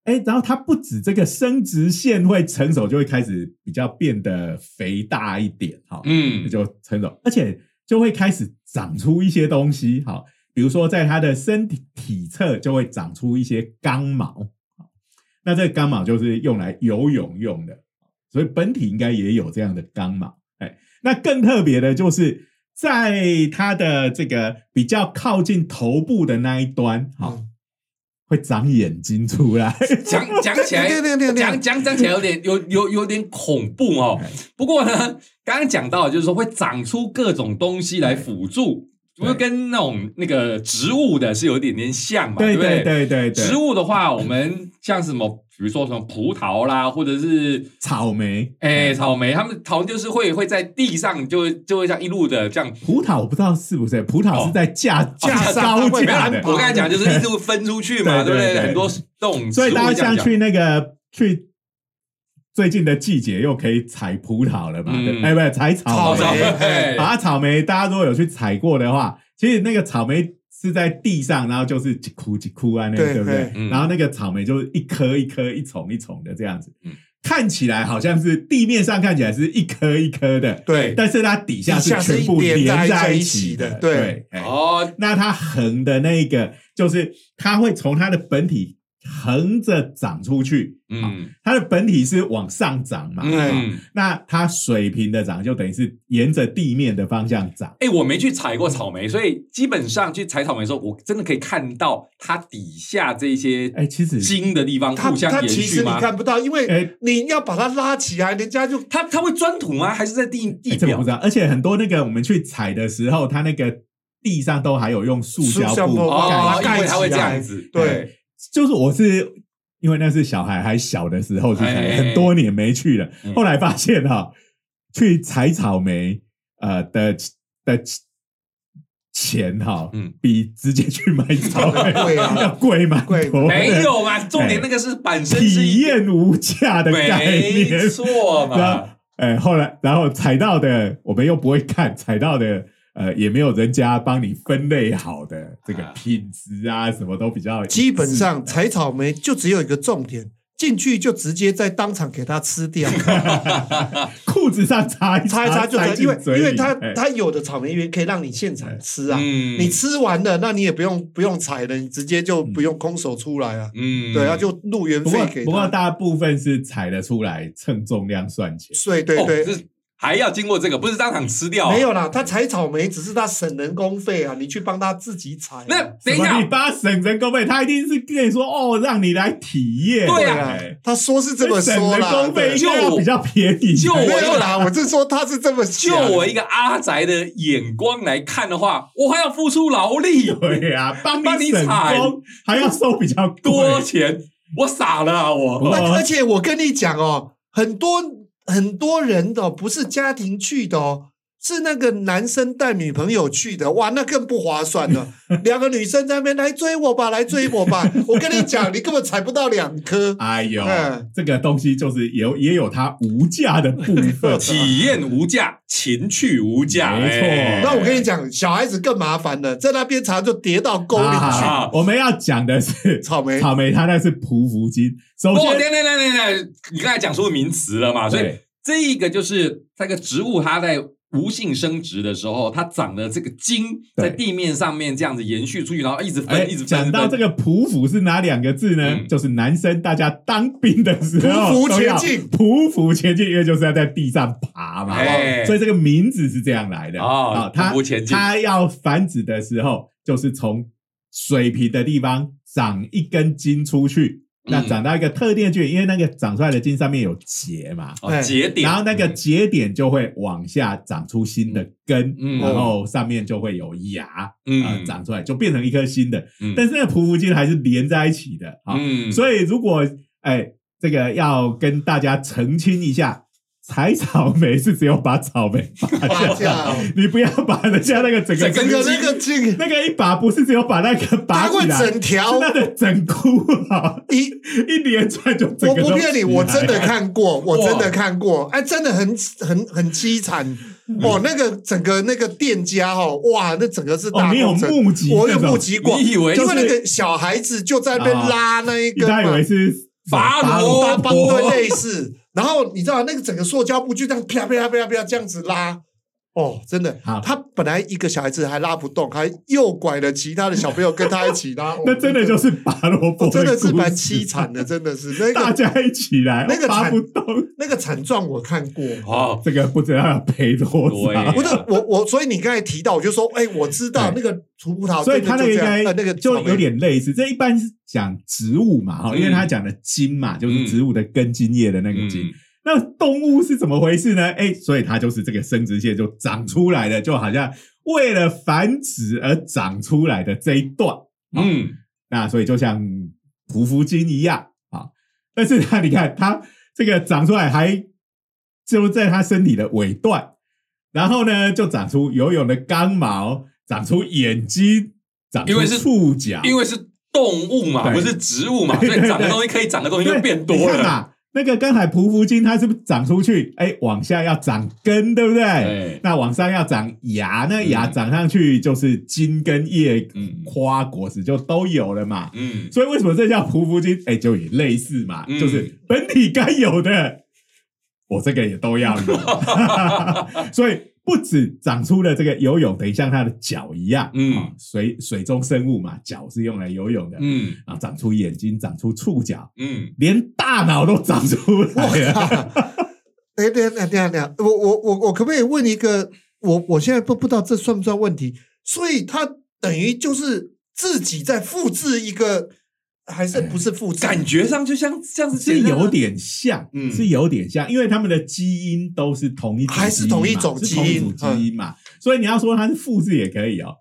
[SPEAKER 1] 哎，然后它不止这个生殖腺会成熟，就会开始比较变得肥大一点，哈、
[SPEAKER 3] 啊
[SPEAKER 2] 嗯
[SPEAKER 1] 就成熟，而且就会开始长出一些东西，好，比如说在它的身体体侧就会长出一些刚毛，好那这个刚毛就是用来游泳用的，所以本体应该也有这样的刚毛，哎，那更特别的就是在它的这个比较靠近头部的那一端，好，
[SPEAKER 3] 嗯
[SPEAKER 1] 会长眼睛出来，
[SPEAKER 2] 讲讲起
[SPEAKER 3] (laughs)
[SPEAKER 2] 来，
[SPEAKER 3] 对对对对对
[SPEAKER 2] 讲讲讲起来有点有有有点恐怖哦
[SPEAKER 1] 嗯哎。
[SPEAKER 2] 不过呢， (laughs) 刚刚讲到就是说会长出各种东西来辅助，不
[SPEAKER 1] 对
[SPEAKER 2] 是跟那种那个植物的是有一点点像嘛？
[SPEAKER 1] 对
[SPEAKER 2] 不
[SPEAKER 1] 对
[SPEAKER 2] 对
[SPEAKER 1] 对对对，
[SPEAKER 2] 植物的话，我们像什么，比如说什么葡萄啦，或者是
[SPEAKER 1] 草莓。
[SPEAKER 2] 哎、草莓，他们好像就是会会在地上就就会像一路的这样。
[SPEAKER 1] 葡萄我不知道是不是，葡萄
[SPEAKER 2] 哦
[SPEAKER 1] 是在架、架
[SPEAKER 3] 架它
[SPEAKER 1] 高架
[SPEAKER 3] 会被
[SPEAKER 1] 的
[SPEAKER 3] 安，排
[SPEAKER 2] 我刚才讲就是一路分出去
[SPEAKER 1] 啊 (laughs)
[SPEAKER 2] 嘛，对
[SPEAKER 1] 对
[SPEAKER 2] 不对？
[SPEAKER 1] 对对
[SPEAKER 2] 很多动，
[SPEAKER 1] 所以大家像去那个去最近的季节又可以采葡萄了嘛？
[SPEAKER 2] 嗯
[SPEAKER 1] 对，哎，不是采草
[SPEAKER 2] 草莓
[SPEAKER 1] 莓。
[SPEAKER 3] 哎
[SPEAKER 1] 把草莓，大家如果有去采过的话，其实那个草莓是在地上，然后就是几枯几枯啊，那个
[SPEAKER 3] 对
[SPEAKER 1] 对不对
[SPEAKER 3] 对？
[SPEAKER 2] 嗯
[SPEAKER 1] 然后那个草莓就是一颗一颗、一丛一丛的这样子
[SPEAKER 2] 嗯，
[SPEAKER 1] 看起来好像是地面上看起来是一颗一颗的，
[SPEAKER 3] 对，
[SPEAKER 1] 但是它底下
[SPEAKER 3] 底
[SPEAKER 1] 是
[SPEAKER 3] 下是
[SPEAKER 1] 全部
[SPEAKER 3] 连在
[SPEAKER 1] 连在
[SPEAKER 3] 一
[SPEAKER 1] 一
[SPEAKER 3] 起
[SPEAKER 1] 起
[SPEAKER 3] 的
[SPEAKER 1] 的。
[SPEAKER 3] 对
[SPEAKER 1] 对，哎
[SPEAKER 2] 哦，
[SPEAKER 1] 那它横的那个，就是它会从它的本体横着长出去，嗯，
[SPEAKER 2] 嗯
[SPEAKER 1] 它的本体是往上长嘛，
[SPEAKER 2] 嗯，
[SPEAKER 1] 那它水平的长就等于是沿着地面的方向长，
[SPEAKER 2] 哎、我没去采过草莓，所以基本上去采草莓的时候，我真的可以看到它底下这些
[SPEAKER 1] 哎、其实
[SPEAKER 2] 茎的地方
[SPEAKER 3] 它
[SPEAKER 2] 互相
[SPEAKER 3] 它
[SPEAKER 2] 延
[SPEAKER 3] 其
[SPEAKER 2] 续
[SPEAKER 3] 实你
[SPEAKER 2] 吗？
[SPEAKER 3] 看不到，因为
[SPEAKER 1] 哎。
[SPEAKER 3] 你要把它拉起来，人家就
[SPEAKER 2] 它它会钻土吗？还是在地
[SPEAKER 1] 哎
[SPEAKER 2] 地
[SPEAKER 1] 这我
[SPEAKER 2] 表
[SPEAKER 1] 不知？道，而且很多那个我们去采的时候，它那个地上都还有用塑胶
[SPEAKER 3] 塑胶
[SPEAKER 1] 布
[SPEAKER 3] 布把
[SPEAKER 2] 哦
[SPEAKER 3] 它，
[SPEAKER 1] 盖，
[SPEAKER 2] 因为它会
[SPEAKER 3] 盖起
[SPEAKER 2] 这
[SPEAKER 3] 来
[SPEAKER 2] 样子，
[SPEAKER 3] 对
[SPEAKER 1] 就是我是因为那是小孩还小的时候去
[SPEAKER 2] 哎哎
[SPEAKER 1] 采，
[SPEAKER 2] 哎
[SPEAKER 1] 很多年没去了
[SPEAKER 2] 嗯。
[SPEAKER 1] 后来发现哈、去采草莓呃的的钱哈、
[SPEAKER 2] 嗯
[SPEAKER 1] 比直接去买草
[SPEAKER 2] (laughs)
[SPEAKER 1] 莓
[SPEAKER 3] 贵啊
[SPEAKER 1] 要贵蛮
[SPEAKER 3] 贵
[SPEAKER 1] 多的，
[SPEAKER 2] 没有嘛？重
[SPEAKER 3] 哎
[SPEAKER 2] 点那个是本身是
[SPEAKER 1] 体
[SPEAKER 2] 一个
[SPEAKER 1] 验无价的概念
[SPEAKER 2] 没。错
[SPEAKER 1] 然后
[SPEAKER 2] 嘛。
[SPEAKER 1] 哎，后来然后采到的我们又不会看，采到的。呃，也没有人家帮你分类好的这个
[SPEAKER 2] 啊
[SPEAKER 1] 品质啊，什么都比较一致
[SPEAKER 3] 基本上采草莓就只有一个重点，进去就直接在当场给它
[SPEAKER 1] (laughs)
[SPEAKER 3] 吃掉，
[SPEAKER 1] 裤子上擦一
[SPEAKER 3] 擦一擦就
[SPEAKER 1] 塞
[SPEAKER 3] 可以，
[SPEAKER 1] 进
[SPEAKER 3] 因为
[SPEAKER 1] 嘴里
[SPEAKER 3] 因为它
[SPEAKER 1] 哎
[SPEAKER 3] 它有的草莓园可以让你现场吃啊，
[SPEAKER 2] 嗯
[SPEAKER 3] 你吃完了，那你也不用不用采了，你直接就不用空手出来啊，
[SPEAKER 2] 嗯
[SPEAKER 3] 对啊，就入园
[SPEAKER 1] 不过
[SPEAKER 3] 费给
[SPEAKER 1] 不过
[SPEAKER 3] 他，
[SPEAKER 1] 大部分是采得出来，称重量算钱。
[SPEAKER 3] 对对对
[SPEAKER 2] 哦，这还要经过这个，不是当场吃
[SPEAKER 1] 哦
[SPEAKER 2] 掉。啊
[SPEAKER 3] 没有啦，他采草莓只是他省人工费啊，你去帮他自己采啊、
[SPEAKER 2] 那等一
[SPEAKER 1] 什么
[SPEAKER 2] 下
[SPEAKER 1] 你，帮他省人工费，他一定是跟你说哦，让你来体验。
[SPEAKER 2] 对
[SPEAKER 3] 对
[SPEAKER 2] 啊
[SPEAKER 3] 啊
[SPEAKER 1] 哎，
[SPEAKER 3] 他说是这么
[SPEAKER 1] 省
[SPEAKER 3] 说
[SPEAKER 1] 人
[SPEAKER 3] 啦，
[SPEAKER 1] 工费
[SPEAKER 3] 对
[SPEAKER 1] 应该要比较便宜。
[SPEAKER 2] 就我
[SPEAKER 3] 没有啦，我是说他是这么
[SPEAKER 2] 就
[SPEAKER 3] 想
[SPEAKER 2] 我一个阿宅的眼光来看的话，我还要付出劳
[SPEAKER 3] (laughs)
[SPEAKER 2] 力，
[SPEAKER 1] 对啊，帮
[SPEAKER 2] 帮你
[SPEAKER 1] 省
[SPEAKER 2] 采
[SPEAKER 1] 工还要收比较贵
[SPEAKER 2] 多钱？我傻了啊！我
[SPEAKER 1] 不
[SPEAKER 3] 而而且我跟你讲哦，很多很多人的、哦、不是家庭去的哦，是那个男生带女朋友去的，哇，那更不划
[SPEAKER 1] (laughs)
[SPEAKER 3] 算了。两个女生在那边来追我吧，来追我吧，我跟你
[SPEAKER 1] (laughs)
[SPEAKER 3] 讲，你根本采不到两颗。
[SPEAKER 1] 哎呦
[SPEAKER 3] 嗯，。
[SPEAKER 1] 这个东西就是有也有它无价的部分
[SPEAKER 2] 体验无价，情趣无价，
[SPEAKER 1] 没错
[SPEAKER 2] 哎
[SPEAKER 3] 那我跟你讲，小孩子更麻烦了，在那边常常就跌到沟里
[SPEAKER 1] 啊
[SPEAKER 3] 去。
[SPEAKER 2] 啊
[SPEAKER 1] 我们要讲的是
[SPEAKER 3] 草莓，
[SPEAKER 1] 草莓，它那是匍匐金。首
[SPEAKER 2] 哦，
[SPEAKER 1] 先，
[SPEAKER 2] 等等等等等，你刚才讲出名词了嘛？所以
[SPEAKER 1] 对
[SPEAKER 2] 这个就是那个植物，它在无性生殖的时候，它长的这个茎
[SPEAKER 1] 对
[SPEAKER 2] 在地面上面这样子延续出去，然后一直
[SPEAKER 1] 哎
[SPEAKER 2] 分，一直，分。
[SPEAKER 1] 讲到这
[SPEAKER 2] 个，
[SPEAKER 1] 个匍匐是哪两个字呢？
[SPEAKER 2] 嗯
[SPEAKER 1] 就是男生大家当兵的时候
[SPEAKER 3] 匍匐
[SPEAKER 1] 都要
[SPEAKER 3] 前进
[SPEAKER 1] 匍匐前进，因为就是要在地上爬嘛，
[SPEAKER 2] 哎
[SPEAKER 1] 所以这个名字是这样来的
[SPEAKER 2] 哦
[SPEAKER 1] 啊它
[SPEAKER 2] 匍匐前进
[SPEAKER 1] 它要繁殖的时候，就是从水平的地方长一根茎出去，那
[SPEAKER 2] 嗯
[SPEAKER 1] 长到一个特定距离，因为那个长出来的茎上面有节嘛，
[SPEAKER 2] 哦节点，
[SPEAKER 1] 然后那个节点就会往下长出新的根，
[SPEAKER 2] 嗯
[SPEAKER 1] 然后上面就会有芽，
[SPEAKER 2] 嗯
[SPEAKER 1] 呃长出来就变成一颗新的。
[SPEAKER 2] 嗯
[SPEAKER 1] 但是那个匍匐茎还是连在一起的啊，
[SPEAKER 2] 嗯，
[SPEAKER 1] 所以如果哎这个要跟大家澄清一下，采草莓是只有把草莓拔
[SPEAKER 3] 拔
[SPEAKER 1] 下
[SPEAKER 3] 架
[SPEAKER 1] 来，你不要把人家那个整个
[SPEAKER 2] 整
[SPEAKER 3] 整个那个茎
[SPEAKER 1] 那个一拔，不是只有把那个
[SPEAKER 3] 拔
[SPEAKER 1] (laughs) 拔
[SPEAKER 3] 过
[SPEAKER 1] 起来，
[SPEAKER 3] 整
[SPEAKER 1] (laughs)
[SPEAKER 3] 条
[SPEAKER 1] 是，那个整箍啊，
[SPEAKER 3] 一
[SPEAKER 1] 一连串就整
[SPEAKER 3] 我
[SPEAKER 1] 个
[SPEAKER 3] 不
[SPEAKER 1] 都啊
[SPEAKER 3] 骗你，
[SPEAKER 1] 起来
[SPEAKER 3] 我真的
[SPEAKER 1] (laughs)
[SPEAKER 3] 看过，我真
[SPEAKER 2] 哇
[SPEAKER 3] 的看过，哎，真的很很很凄惨
[SPEAKER 1] 嗯
[SPEAKER 3] 哦。那个整个那个店家哦，哇，那整个是
[SPEAKER 1] 哦，
[SPEAKER 3] 大
[SPEAKER 1] 你有
[SPEAKER 3] 工程，
[SPEAKER 1] 目击这种，
[SPEAKER 3] 我有目击过，
[SPEAKER 2] 你以为
[SPEAKER 3] 因
[SPEAKER 2] 就是
[SPEAKER 3] 为那个小孩子就在那边拉那一
[SPEAKER 1] 啊你
[SPEAKER 3] 个
[SPEAKER 1] 大以
[SPEAKER 3] 嘛
[SPEAKER 1] 为是
[SPEAKER 2] 拔
[SPEAKER 1] 螺
[SPEAKER 2] 螺
[SPEAKER 3] 八帮
[SPEAKER 2] 哦
[SPEAKER 3] 对类似，然后你知道那个整个塑胶布就这样啪啪啪啪啪这样子拉。哦，真的
[SPEAKER 1] 好，
[SPEAKER 3] 他本来一个小孩子还拉不动，还诱拐了其他的小朋友跟他一起
[SPEAKER 1] (laughs)
[SPEAKER 3] 拉，哦
[SPEAKER 1] 那真的就是拔萝卜
[SPEAKER 3] 哦
[SPEAKER 1] 故事，
[SPEAKER 3] 真的是蛮凄惨的，真的是那
[SPEAKER 1] 大
[SPEAKER 3] 个
[SPEAKER 1] 家一起来，哦
[SPEAKER 3] 那个
[SPEAKER 1] 拔
[SPEAKER 3] 惨
[SPEAKER 1] 不动，
[SPEAKER 3] 那个惨状我看过。
[SPEAKER 2] 哦，
[SPEAKER 1] 这个不知道要赔多少
[SPEAKER 2] 对。
[SPEAKER 3] (laughs) 不是我我，所以你刚才提到，我就说，哎，我知道那
[SPEAKER 1] 对
[SPEAKER 3] 个土葡
[SPEAKER 2] 哦
[SPEAKER 3] 萄
[SPEAKER 1] 所
[SPEAKER 3] 真
[SPEAKER 1] 以
[SPEAKER 3] 的
[SPEAKER 1] 他那个
[SPEAKER 3] 就这
[SPEAKER 1] 应
[SPEAKER 3] 样，
[SPEAKER 1] 该
[SPEAKER 3] 呃那个
[SPEAKER 1] 就
[SPEAKER 3] 草莓
[SPEAKER 1] 有点类似，这一般是讲植物嘛，哈，因为
[SPEAKER 2] 嗯
[SPEAKER 1] 他讲的茎嘛，就是
[SPEAKER 2] 嗯
[SPEAKER 1] 植物的根茎叶的那个茎
[SPEAKER 2] 嗯。，
[SPEAKER 1] 那动物是怎么回事呢？哎，所以它就是这个生殖腺就长出来的，就好像为了繁殖而长出来的这一段。
[SPEAKER 2] 嗯，
[SPEAKER 1] 那所以就像匍匐鲸一样啊，但是它你看它这个长出来还就在它身体的尾段，然后呢就长出游泳的刚毛，长出眼睛，长出
[SPEAKER 2] 因为是
[SPEAKER 1] 触角，
[SPEAKER 2] 因为是动物嘛，
[SPEAKER 1] 对
[SPEAKER 2] 不是植物嘛，
[SPEAKER 1] 对
[SPEAKER 2] 所
[SPEAKER 1] 对
[SPEAKER 2] 以长的
[SPEAKER 1] 对
[SPEAKER 2] 东西可以长的东西就
[SPEAKER 1] 对
[SPEAKER 2] 变多
[SPEAKER 1] 你看
[SPEAKER 2] 了。
[SPEAKER 1] 嘛，那个刚才匍匐鲸它是不是长出去？哎，往下要长根，对不对？
[SPEAKER 2] 对
[SPEAKER 1] 那往上要长芽，那
[SPEAKER 2] 嗯
[SPEAKER 1] 芽长上去就是茎跟叶、
[SPEAKER 2] 嗯
[SPEAKER 1] 花、果实就都有了嘛。
[SPEAKER 2] 嗯，
[SPEAKER 1] 所以为什么这叫匍匐金？哎，就也类似嘛，
[SPEAKER 2] 嗯
[SPEAKER 1] 就是本体该有的，我这个也都要
[SPEAKER 2] (laughs)
[SPEAKER 1] 有。 (laughs) 所以不止长出了这个游泳，等于像它的脚一样，
[SPEAKER 2] (laughs) 嗯
[SPEAKER 1] 啊水水中生物嘛，脚是用来游泳的，
[SPEAKER 2] 嗯
[SPEAKER 1] 啊，长出眼睛，长出触角，
[SPEAKER 2] 嗯，
[SPEAKER 1] 连大脑都长出
[SPEAKER 3] 呃
[SPEAKER 1] 来了。
[SPEAKER 3] (laughs) 哎，等一下等一下等一下，我我我我可不可以问一个？我我现在不不知道这算不算问题，所以他等于就是自己在复制一个，还是不是复制？
[SPEAKER 2] 感觉上就像 (laughs) 像是
[SPEAKER 1] 是有点像，
[SPEAKER 2] 嗯
[SPEAKER 1] 是有点像，因为他们的基因都是同一种基因嘛，
[SPEAKER 3] 还是同一种
[SPEAKER 1] 是
[SPEAKER 3] 基
[SPEAKER 1] 同
[SPEAKER 3] 因
[SPEAKER 1] 一组基因
[SPEAKER 2] 嗯
[SPEAKER 1] 嘛，所以你要说它是复制也可以哦。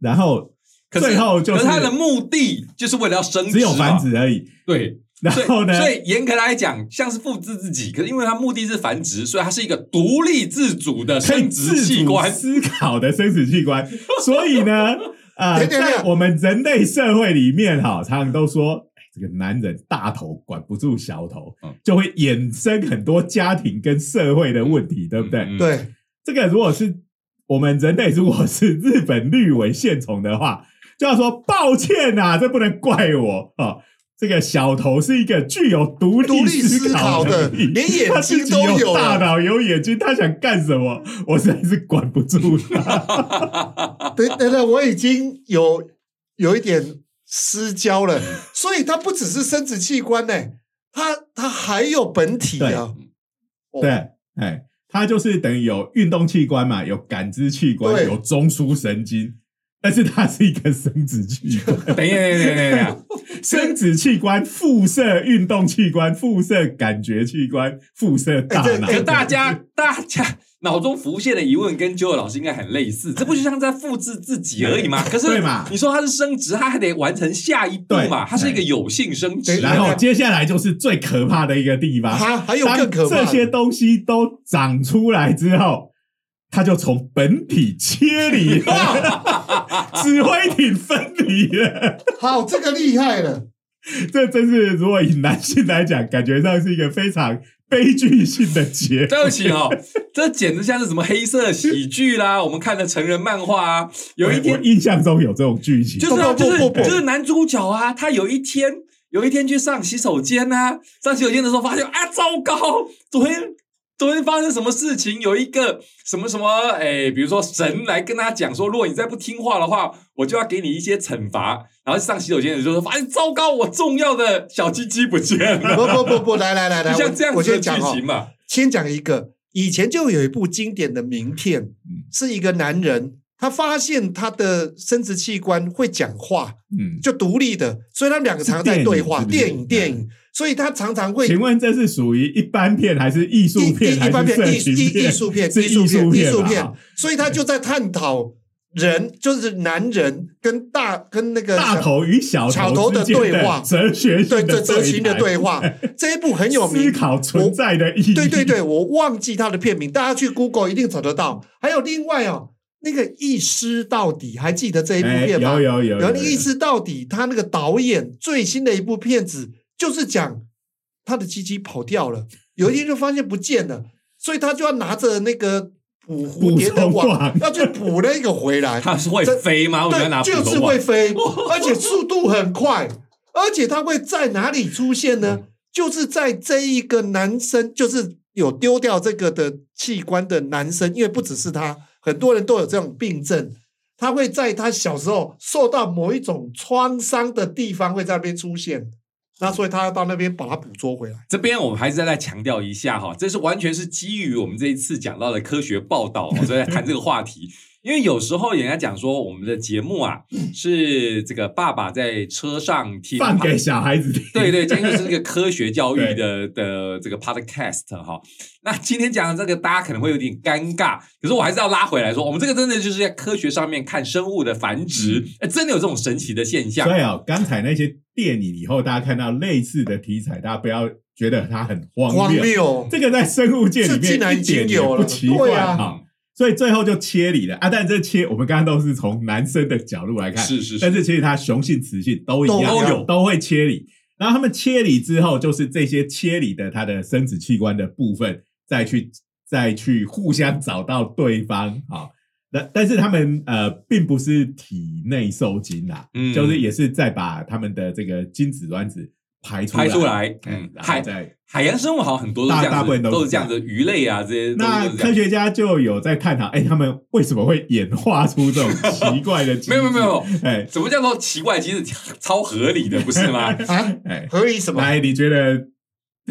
[SPEAKER 1] 然后
[SPEAKER 2] 可是
[SPEAKER 1] 最后就
[SPEAKER 2] 可是它的目的就是为了要生殖嘛，
[SPEAKER 1] 只有繁殖而已。
[SPEAKER 2] 对。
[SPEAKER 1] 然
[SPEAKER 2] 所以
[SPEAKER 1] 后呢，
[SPEAKER 2] 所以严格来讲，像是复制自己，可是因为它目的是繁殖，所以它是一个独立自主的
[SPEAKER 1] 可以
[SPEAKER 2] 生殖
[SPEAKER 1] 自
[SPEAKER 2] 器
[SPEAKER 1] 主
[SPEAKER 2] 官。
[SPEAKER 1] 思考的生殖器
[SPEAKER 2] (laughs)
[SPEAKER 1] 官。所以呢，呃，
[SPEAKER 3] 等等
[SPEAKER 1] 在
[SPEAKER 3] 等
[SPEAKER 1] 我们人类社会里面哈，常常都说。哎这个男人大头管不住小头
[SPEAKER 2] 嗯，
[SPEAKER 1] 就会衍生很多家庭跟社会的问题，对不对？
[SPEAKER 2] 嗯，
[SPEAKER 3] 对，
[SPEAKER 1] 这个如果是我们人类，如果是日本绿尾线虫的话，就要说抱歉呐、啊，这不能怪我啊、哦。这个小头是一个具有独
[SPEAKER 3] 独
[SPEAKER 1] 立
[SPEAKER 3] 立思考的，
[SPEAKER 1] 能力
[SPEAKER 3] 连眼
[SPEAKER 1] 他自
[SPEAKER 3] 睛
[SPEAKER 1] 己
[SPEAKER 3] 都
[SPEAKER 1] 有大
[SPEAKER 3] 了。
[SPEAKER 1] 脑有眼睛，他想干什么，我实在是管不住他。
[SPEAKER 3] (laughs) 等等等，我已经有有一点失焦了，所以它不只是生殖器官呢、它它还有本体啊。哦
[SPEAKER 1] 对，哎，他就是等于有运动器官嘛，有感知器官，
[SPEAKER 3] 对
[SPEAKER 1] 有中枢神经，但是它是一个生殖器官。
[SPEAKER 2] 等一下，等一下，等一下等一
[SPEAKER 1] (laughs)
[SPEAKER 2] 下，
[SPEAKER 1] 生殖器官、辐射运动器官、辐射感觉器官、辐射大脑。
[SPEAKER 3] 哎这
[SPEAKER 2] 可大家大家脑中浮现的疑问跟 Joe 老师应该很类似，这不就像在复制自己而已吗？可是
[SPEAKER 1] (laughs) 对嘛
[SPEAKER 2] 你说它是生殖，它还得完成下一步嘛，
[SPEAKER 1] 对
[SPEAKER 2] 它是一个有性生殖。
[SPEAKER 3] 对
[SPEAKER 1] 然后接下来就是最可怕的一个地方，
[SPEAKER 3] 它啊还有更可怕
[SPEAKER 1] 当
[SPEAKER 3] 的
[SPEAKER 1] 这些东西都长出来之后，它就从本体切离
[SPEAKER 3] (laughs)
[SPEAKER 1] 了，指挥体分离了。
[SPEAKER 3] 好，这个厉害了。
[SPEAKER 1] 这真是，如果以男性来讲，感觉上是一个非常悲剧性的结果。
[SPEAKER 2] (laughs) 对不起哦，这简直像是什么黑色喜剧啦，我们看的成人漫画啊。有一
[SPEAKER 1] 我
[SPEAKER 2] 天
[SPEAKER 1] 我印象中有这种剧情，
[SPEAKER 2] 就是啊，
[SPEAKER 3] 哎不不
[SPEAKER 2] 就是
[SPEAKER 3] 不不
[SPEAKER 2] 就是男主角啊，他有一天有一天去上洗手间啊，上洗手间的时候发现啊，糟糕，昨天昨天发生什么事情？有一个什么什么哎，比如说神来跟他讲说，如果你再不听话的话，我就要给你一些惩罚。然后上洗手间的时候发现糟糕，我重要的小鸡鸡不见了，
[SPEAKER 3] 不不不不，来来 (laughs) 来来，
[SPEAKER 2] 就像
[SPEAKER 3] 我
[SPEAKER 2] 这样
[SPEAKER 3] 我
[SPEAKER 2] 子的
[SPEAKER 3] 先
[SPEAKER 2] 剧
[SPEAKER 3] 讲哦哈、
[SPEAKER 2] 情嘛。
[SPEAKER 3] 先讲一个，以前就有一部经典的名片
[SPEAKER 1] 嗯，
[SPEAKER 3] 是一个男人，他发现他的生殖器官会讲话，
[SPEAKER 1] 嗯，
[SPEAKER 3] 就独立的，所以他们两个常常在对话，
[SPEAKER 1] 是电影是不是
[SPEAKER 3] 电影电影，所以他常常会
[SPEAKER 1] 请问这是属于一般片还是艺术
[SPEAKER 3] 一
[SPEAKER 1] 片
[SPEAKER 3] 一一
[SPEAKER 1] 还
[SPEAKER 3] 般
[SPEAKER 1] 是
[SPEAKER 3] 片、
[SPEAKER 1] 色
[SPEAKER 3] 艺
[SPEAKER 1] 情
[SPEAKER 3] 艺艺术片、
[SPEAKER 1] 是
[SPEAKER 3] 艺术片、艺
[SPEAKER 1] 片
[SPEAKER 3] 术
[SPEAKER 1] 吧
[SPEAKER 3] 片，所以他就在探讨人就是男人跟大跟那个
[SPEAKER 1] 大
[SPEAKER 3] 小
[SPEAKER 1] 头与小
[SPEAKER 3] 小头的
[SPEAKER 1] 之间
[SPEAKER 3] 对话
[SPEAKER 1] 哲学
[SPEAKER 3] 对
[SPEAKER 1] 性
[SPEAKER 3] 对
[SPEAKER 1] 的
[SPEAKER 3] 哲情的
[SPEAKER 1] 谈 (laughs)
[SPEAKER 3] 对话，这一部很有
[SPEAKER 1] 思
[SPEAKER 3] 名。
[SPEAKER 1] 考存在的意义。
[SPEAKER 3] 对对对，我忘记它的片名，大家去 Google 一定找得到。还有另外哦，那个一师到底，还记得这一部
[SPEAKER 1] 哎，
[SPEAKER 3] 片吗？
[SPEAKER 1] 有有有
[SPEAKER 3] 然后那个一师到底，他那个导演最新的一部片子就是讲他的鸡鸡跑掉了，有一天就发现不见了，所以他就要拿着那个捕蝴蝶的
[SPEAKER 1] 捕虫
[SPEAKER 3] 网
[SPEAKER 1] 网，
[SPEAKER 3] 要去捕那个回
[SPEAKER 2] (laughs)
[SPEAKER 3] 来。
[SPEAKER 2] 它是会
[SPEAKER 3] 这
[SPEAKER 2] 飞吗？我们要拿
[SPEAKER 3] 对，
[SPEAKER 2] 普
[SPEAKER 3] 就是
[SPEAKER 2] 通
[SPEAKER 3] 会
[SPEAKER 2] 话。 (laughs)
[SPEAKER 3] 飞，而且速度很快，而且它会在哪里出现
[SPEAKER 2] 嗯
[SPEAKER 3] 呢？就是在这一个男生，就是有丢掉这个的器官的男生，因为不只是他，很多人都有这种病症，他会在他小时候受到某一种创伤的地方会在那边出现，那所以他要到那边把它捕捉回来。
[SPEAKER 2] 这边我们还是再来强调一下哈，这是完全是基于我们这一次讲到的科学报
[SPEAKER 1] (laughs)
[SPEAKER 2] 道，所以来谈这个话题。因为有时候人家讲说我们的节目啊是这个爸爸在车上听，
[SPEAKER 1] 嗯放给小孩子听。
[SPEAKER 2] 对对，今天就是这个科学教育
[SPEAKER 1] (laughs)
[SPEAKER 2] 的的这个 podcast 哈。那今天讲的这个大家可能会有点尴尬，可是我还是要拉回来说，我们这个真的就是在科学上面看生物的繁殖，哎，真的有这种神奇的现象
[SPEAKER 1] 嗯所。以哦，刚才那些电影以后，大家看到类似的题材，大家不要觉得它很荒
[SPEAKER 3] 荒
[SPEAKER 1] 谬。
[SPEAKER 3] 谬，哦
[SPEAKER 1] 这个在生物界里
[SPEAKER 3] 这竟然
[SPEAKER 1] 面
[SPEAKER 3] 已
[SPEAKER 1] 一
[SPEAKER 3] 经
[SPEAKER 1] 点也
[SPEAKER 3] 有
[SPEAKER 1] 不
[SPEAKER 3] 了
[SPEAKER 1] 奇
[SPEAKER 3] 对
[SPEAKER 1] 怪
[SPEAKER 3] 啊
[SPEAKER 1] 哈。所以最后就切离了啊！但这切我们刚刚都是从男生的角度来看，
[SPEAKER 2] 是是
[SPEAKER 1] 但
[SPEAKER 2] 是，
[SPEAKER 1] 是其实它雄性、雌性都一样，
[SPEAKER 3] 都
[SPEAKER 2] 有
[SPEAKER 1] 都会切离。然后他们切离之后，就是这些切离的它的生殖器官的部分，再去再去互相找到对方啊。那但是他们呃，并不是体内受精啦，
[SPEAKER 2] 嗯
[SPEAKER 1] 就是也是再把他们的这个精子卵子排出来，
[SPEAKER 2] 拍出来，
[SPEAKER 1] 嗯
[SPEAKER 2] 嗯，，
[SPEAKER 1] 然后
[SPEAKER 2] 海
[SPEAKER 1] 再
[SPEAKER 2] 海洋生物好像很多都是这
[SPEAKER 1] 大大
[SPEAKER 2] 样
[SPEAKER 1] 部分
[SPEAKER 2] 子，
[SPEAKER 1] 都是
[SPEAKER 2] 都是这样子，鱼类啊这些都
[SPEAKER 1] 那
[SPEAKER 2] 是这
[SPEAKER 1] 科
[SPEAKER 2] 样。
[SPEAKER 1] 学家就有在探讨，哎、他们为什么会演化出这种奇怪的
[SPEAKER 2] (laughs) 没有没有没有，
[SPEAKER 1] 有，哎
[SPEAKER 2] 怎么叫做奇怪？其实超合理的，不是吗？
[SPEAKER 3] 啊，
[SPEAKER 1] 哎，
[SPEAKER 3] 合理什么？
[SPEAKER 1] 来，你觉得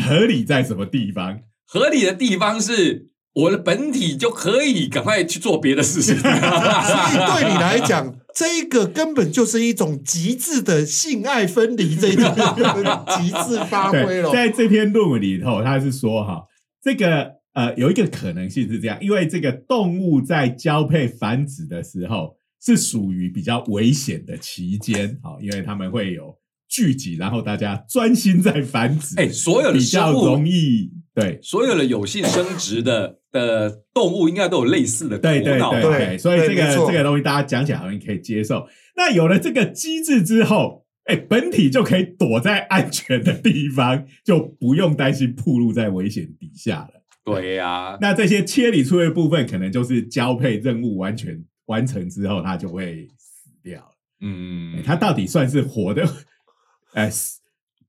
[SPEAKER 1] 合理在什么地方？
[SPEAKER 2] 合理的地方是我的本体就可以赶快去做别的事情。 (laughs)
[SPEAKER 3] 所以对你来讲，这个根本就是一种极致的性爱分离，这一种极致发挥
[SPEAKER 1] 对，
[SPEAKER 3] 了。
[SPEAKER 1] 在这篇论文里头，他是说哈，这个呃有一个可能性是这样，因为这个动物在交配繁殖的时候是属于比较危险的期间，好，因为他们会有聚集，然后大家专心在繁殖，
[SPEAKER 2] 哎，所有的
[SPEAKER 1] 比较
[SPEAKER 2] 生物
[SPEAKER 1] 容，易对。
[SPEAKER 2] 所有的有性生殖的的动物，应该都有类似的苦
[SPEAKER 1] 对对
[SPEAKER 2] 恼吧。
[SPEAKER 1] 对
[SPEAKER 3] 对
[SPEAKER 1] 所以
[SPEAKER 3] 对
[SPEAKER 1] 这个
[SPEAKER 3] 没错
[SPEAKER 1] 这个东西大家讲起来好像可以接受。那有了这个机制之后，哎，本体就可以躲在安全的地方，就不用担心暴露在危险底下
[SPEAKER 3] (laughs)
[SPEAKER 1] 了。
[SPEAKER 2] 对呀，
[SPEAKER 1] 那这些切离出的部分，可能就是交配任务完全完成之后，它就会死掉了。哎
[SPEAKER 2] 嗯，
[SPEAKER 1] 它到底算是活的？ (laughs) 哎，死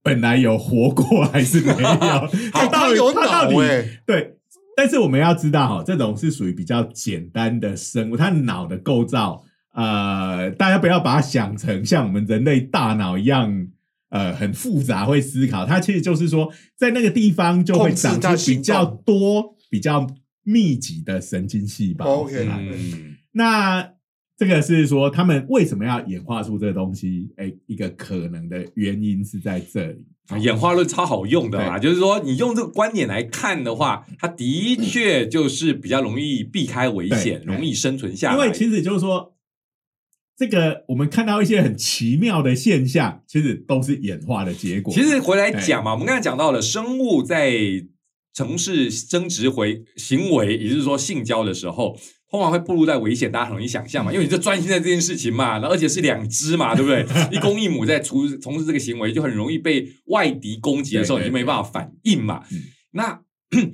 [SPEAKER 1] 本来有活过还是
[SPEAKER 3] (laughs)
[SPEAKER 1] 没有？ (laughs) 它
[SPEAKER 3] 哎
[SPEAKER 1] 到
[SPEAKER 3] 他
[SPEAKER 1] 底
[SPEAKER 3] 有
[SPEAKER 1] 它到
[SPEAKER 3] 脑
[SPEAKER 1] 底
[SPEAKER 3] 哎，
[SPEAKER 1] 对，但是我们要知道哈，这种是属于比较简单的生物，它脑的构造，呃，大家不要把它想成像我们人类大脑一样，呃，很复杂会思考。它其实就是说，在那个地方就会
[SPEAKER 3] 控制
[SPEAKER 1] 长出
[SPEAKER 3] 它
[SPEAKER 1] 比
[SPEAKER 3] 行
[SPEAKER 1] 较
[SPEAKER 3] 动
[SPEAKER 1] 多、比较密集的神经细胞
[SPEAKER 3] 哦 OK
[SPEAKER 1] 出来
[SPEAKER 2] 嗯，
[SPEAKER 1] 那这个是说他们为什么要演化出这个东西？哎，一个可能的原因是在这里。
[SPEAKER 2] 啊演化论超好用的嘛，就是说你用这个观点来看的话，它的确就是比较容易避开危险，
[SPEAKER 1] 对
[SPEAKER 2] 容易生存下
[SPEAKER 1] 因
[SPEAKER 2] 来。
[SPEAKER 1] 为其实就是说，这个我们看到一些很奇妙的现象，其实都是演化的结果。
[SPEAKER 2] 其实回来讲嘛，我们刚才讲到了生物在从事生殖回行为，也就是说性交的时候，通常会暴露在危险，大家很容易想象
[SPEAKER 1] 嗯
[SPEAKER 2] 嘛，因为你就专心在这件事情嘛，然后而且是两只嘛，对
[SPEAKER 1] (laughs)
[SPEAKER 2] 不对？一公一母在从从事这个行为，就很容易被外敌攻击的时候，
[SPEAKER 1] 对
[SPEAKER 2] 你
[SPEAKER 1] 对
[SPEAKER 2] 就没办法反应嘛
[SPEAKER 1] 嗯。
[SPEAKER 2] 那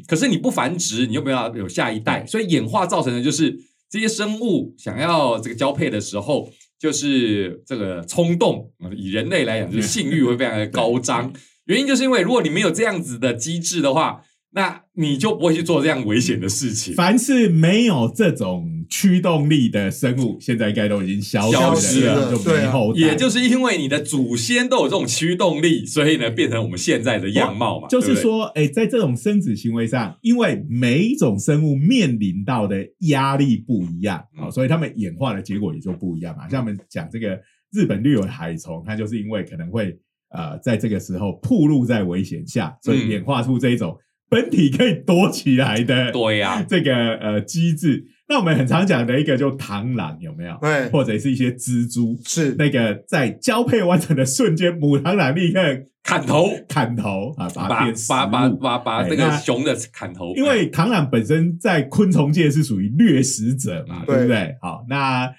[SPEAKER 2] 可是你不繁殖，你又没有办法有下一代，所以演化造成的就是这些生物想要这个交配的时候，就是这个冲动，呃以人类来讲，就是性欲会非常的高涨。原因就是因为如果你没有这样子的机制的话，那你就不会去做这样危险的事情。
[SPEAKER 1] 凡是没有这种驱动力的生物，现在应该都已经消
[SPEAKER 2] 消
[SPEAKER 1] 失
[SPEAKER 2] 失啊
[SPEAKER 1] 了，
[SPEAKER 3] 了
[SPEAKER 1] 就没后代。
[SPEAKER 2] 也就是因为你的祖先都有这种驱动力，所以呢，变成我们现在的样貌嘛。
[SPEAKER 1] 就是
[SPEAKER 2] 对不对，
[SPEAKER 1] 说，哎，在这种生殖行为上，因为每一种生物面临到的压力不一样，好、
[SPEAKER 2] 嗯
[SPEAKER 1] 所以他们演化的结果也就不一样嘛。像我们讲这个日本绿有海虫，它就是因为可能会呃，在这个时候暴露在危险下，所以
[SPEAKER 2] 嗯
[SPEAKER 1] 演化出这种本体可以躲起来的
[SPEAKER 2] 对呀、啊
[SPEAKER 1] 这个呃机制。那我们很常讲的一个就螳螂有没有？
[SPEAKER 2] 嗯
[SPEAKER 3] 哎，
[SPEAKER 1] 或者是一些蜘蛛，
[SPEAKER 3] 是
[SPEAKER 1] 那个在交配完成的瞬间，母螳螂立刻
[SPEAKER 2] 砍头，
[SPEAKER 1] 砍头啊，把它
[SPEAKER 2] 把
[SPEAKER 1] 变食
[SPEAKER 2] 把把
[SPEAKER 1] 物。
[SPEAKER 2] 把把
[SPEAKER 1] 哎
[SPEAKER 2] 那个
[SPEAKER 1] 那
[SPEAKER 2] 熊的砍头，
[SPEAKER 1] 因为螳螂本身在昆虫界是属于掠食者嘛，
[SPEAKER 2] 嗯
[SPEAKER 1] 对不对？好，那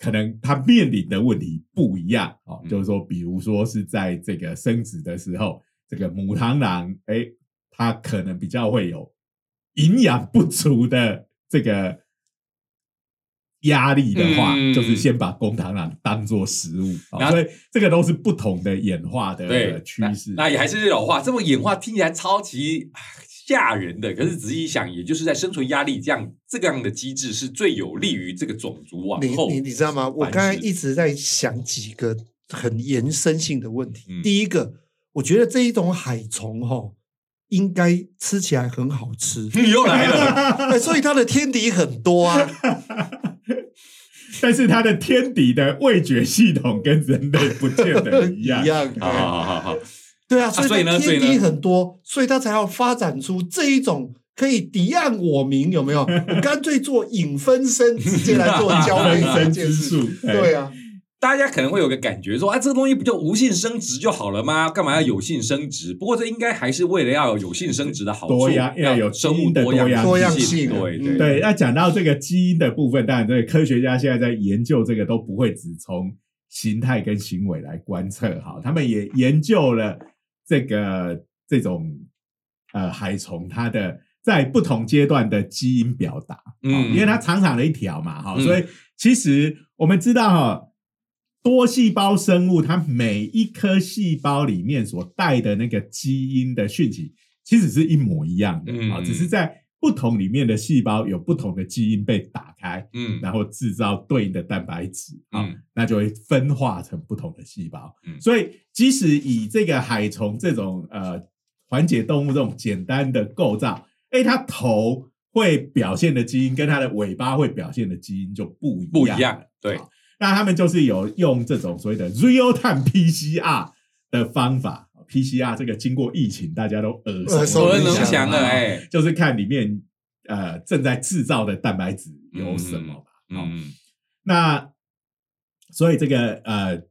[SPEAKER 1] 可能它面临的问题不一样哦，
[SPEAKER 2] 嗯
[SPEAKER 1] 就是说，比如说是在这个生殖的时候，这个母螳螂，哎，它可能比较会有营养不足的这个。压力的话，
[SPEAKER 2] 嗯
[SPEAKER 1] 就是先把公螳螂当做食物，哦
[SPEAKER 2] 然后
[SPEAKER 1] 所以这个都是不同的演化的
[SPEAKER 2] 对
[SPEAKER 1] 呃趋势。
[SPEAKER 2] 那那也还是老话，这么演化听起来超级唉吓人的，可是仔细一想，也就是在生存压力这样这个样的机制是最有利于这个种族往
[SPEAKER 3] 你
[SPEAKER 2] 后
[SPEAKER 3] 你你知道吗？我
[SPEAKER 2] 繁
[SPEAKER 3] 刚才
[SPEAKER 2] 殖
[SPEAKER 3] 一直在想几个很延伸性的问题。
[SPEAKER 2] 嗯，
[SPEAKER 3] 第一个，我觉得这一种海虫哈、应该吃起来很好吃
[SPEAKER 2] 你又 (laughs) 来了，
[SPEAKER 3] (laughs) 哎所以它的天敌很多啊。
[SPEAKER 1] 但是它的天敌的味觉系统跟人类不见得一样。
[SPEAKER 3] (laughs)
[SPEAKER 2] 好
[SPEAKER 3] 哎
[SPEAKER 2] 好好好好，
[SPEAKER 3] 对啊，
[SPEAKER 2] 所
[SPEAKER 3] 所
[SPEAKER 2] 以
[SPEAKER 3] 以
[SPEAKER 2] 呢
[SPEAKER 3] 它
[SPEAKER 2] 所以
[SPEAKER 3] 天
[SPEAKER 2] 呢
[SPEAKER 3] 敌很多，所以它才要发展出这一种可以敌暗我明，有没有？我干脆做影分身，直接来做交配
[SPEAKER 1] 人
[SPEAKER 3] 这
[SPEAKER 1] 生
[SPEAKER 3] 件
[SPEAKER 1] 之 (laughs)
[SPEAKER 3] 事。
[SPEAKER 1] 术，
[SPEAKER 3] 对啊，
[SPEAKER 2] 大家可能会有个感觉说，啊，这个东西不就无性生殖就好了吗？干嘛要有性生殖？不过这应该还是为了要有有性生殖的好处，
[SPEAKER 1] 多样
[SPEAKER 2] 要
[SPEAKER 1] 要有
[SPEAKER 2] 生
[SPEAKER 1] 基
[SPEAKER 2] 物
[SPEAKER 1] 因的
[SPEAKER 2] 样
[SPEAKER 1] 多
[SPEAKER 3] 样
[SPEAKER 2] 性，
[SPEAKER 3] 性多
[SPEAKER 2] 对
[SPEAKER 3] 样性
[SPEAKER 2] 对
[SPEAKER 3] 嗯
[SPEAKER 1] 哎对。那讲到这个基因的部分，当然这个科学家现在在研究这个都不会只从形态跟行为来观测，好，他们也研究了这个这种呃海虫它的。在不同阶段的基因表达，
[SPEAKER 2] 嗯
[SPEAKER 1] 嗯，因为它长长的一条嘛，哈、
[SPEAKER 2] 嗯
[SPEAKER 1] 所以其实我们知道哈，多细胞生物它每一颗细胞里面所带的那个基因的讯息，其实是一模一样的
[SPEAKER 2] 嗯
[SPEAKER 1] 啊、只是在不同里面的细胞有不同的基因被打开，
[SPEAKER 2] 嗯
[SPEAKER 1] 然后制造对应的蛋白质啊、
[SPEAKER 2] 嗯
[SPEAKER 1] 那就会分化成不同的细胞。
[SPEAKER 2] 嗯
[SPEAKER 1] 所以，即使以这个海虫这种呃缓解动物这种简单的构造，哎，它头会表现的基因跟它的尾巴会表现的基因就不一样
[SPEAKER 2] 不一样
[SPEAKER 1] 了
[SPEAKER 2] 对
[SPEAKER 1] 好那他们就是有用这种所谓的 real time PCR 的方法，PCR 这个经过疫情大家都耳
[SPEAKER 3] 耳
[SPEAKER 1] 熟
[SPEAKER 3] 熟
[SPEAKER 2] 耳
[SPEAKER 1] 能
[SPEAKER 2] 能
[SPEAKER 3] 能
[SPEAKER 2] 详
[SPEAKER 1] 详
[SPEAKER 2] 了
[SPEAKER 1] 啊
[SPEAKER 2] 哎，
[SPEAKER 1] 就是看里面呃正在制造的蛋白质有什么嘛。好
[SPEAKER 2] 嗯
[SPEAKER 1] 那所以这个呃，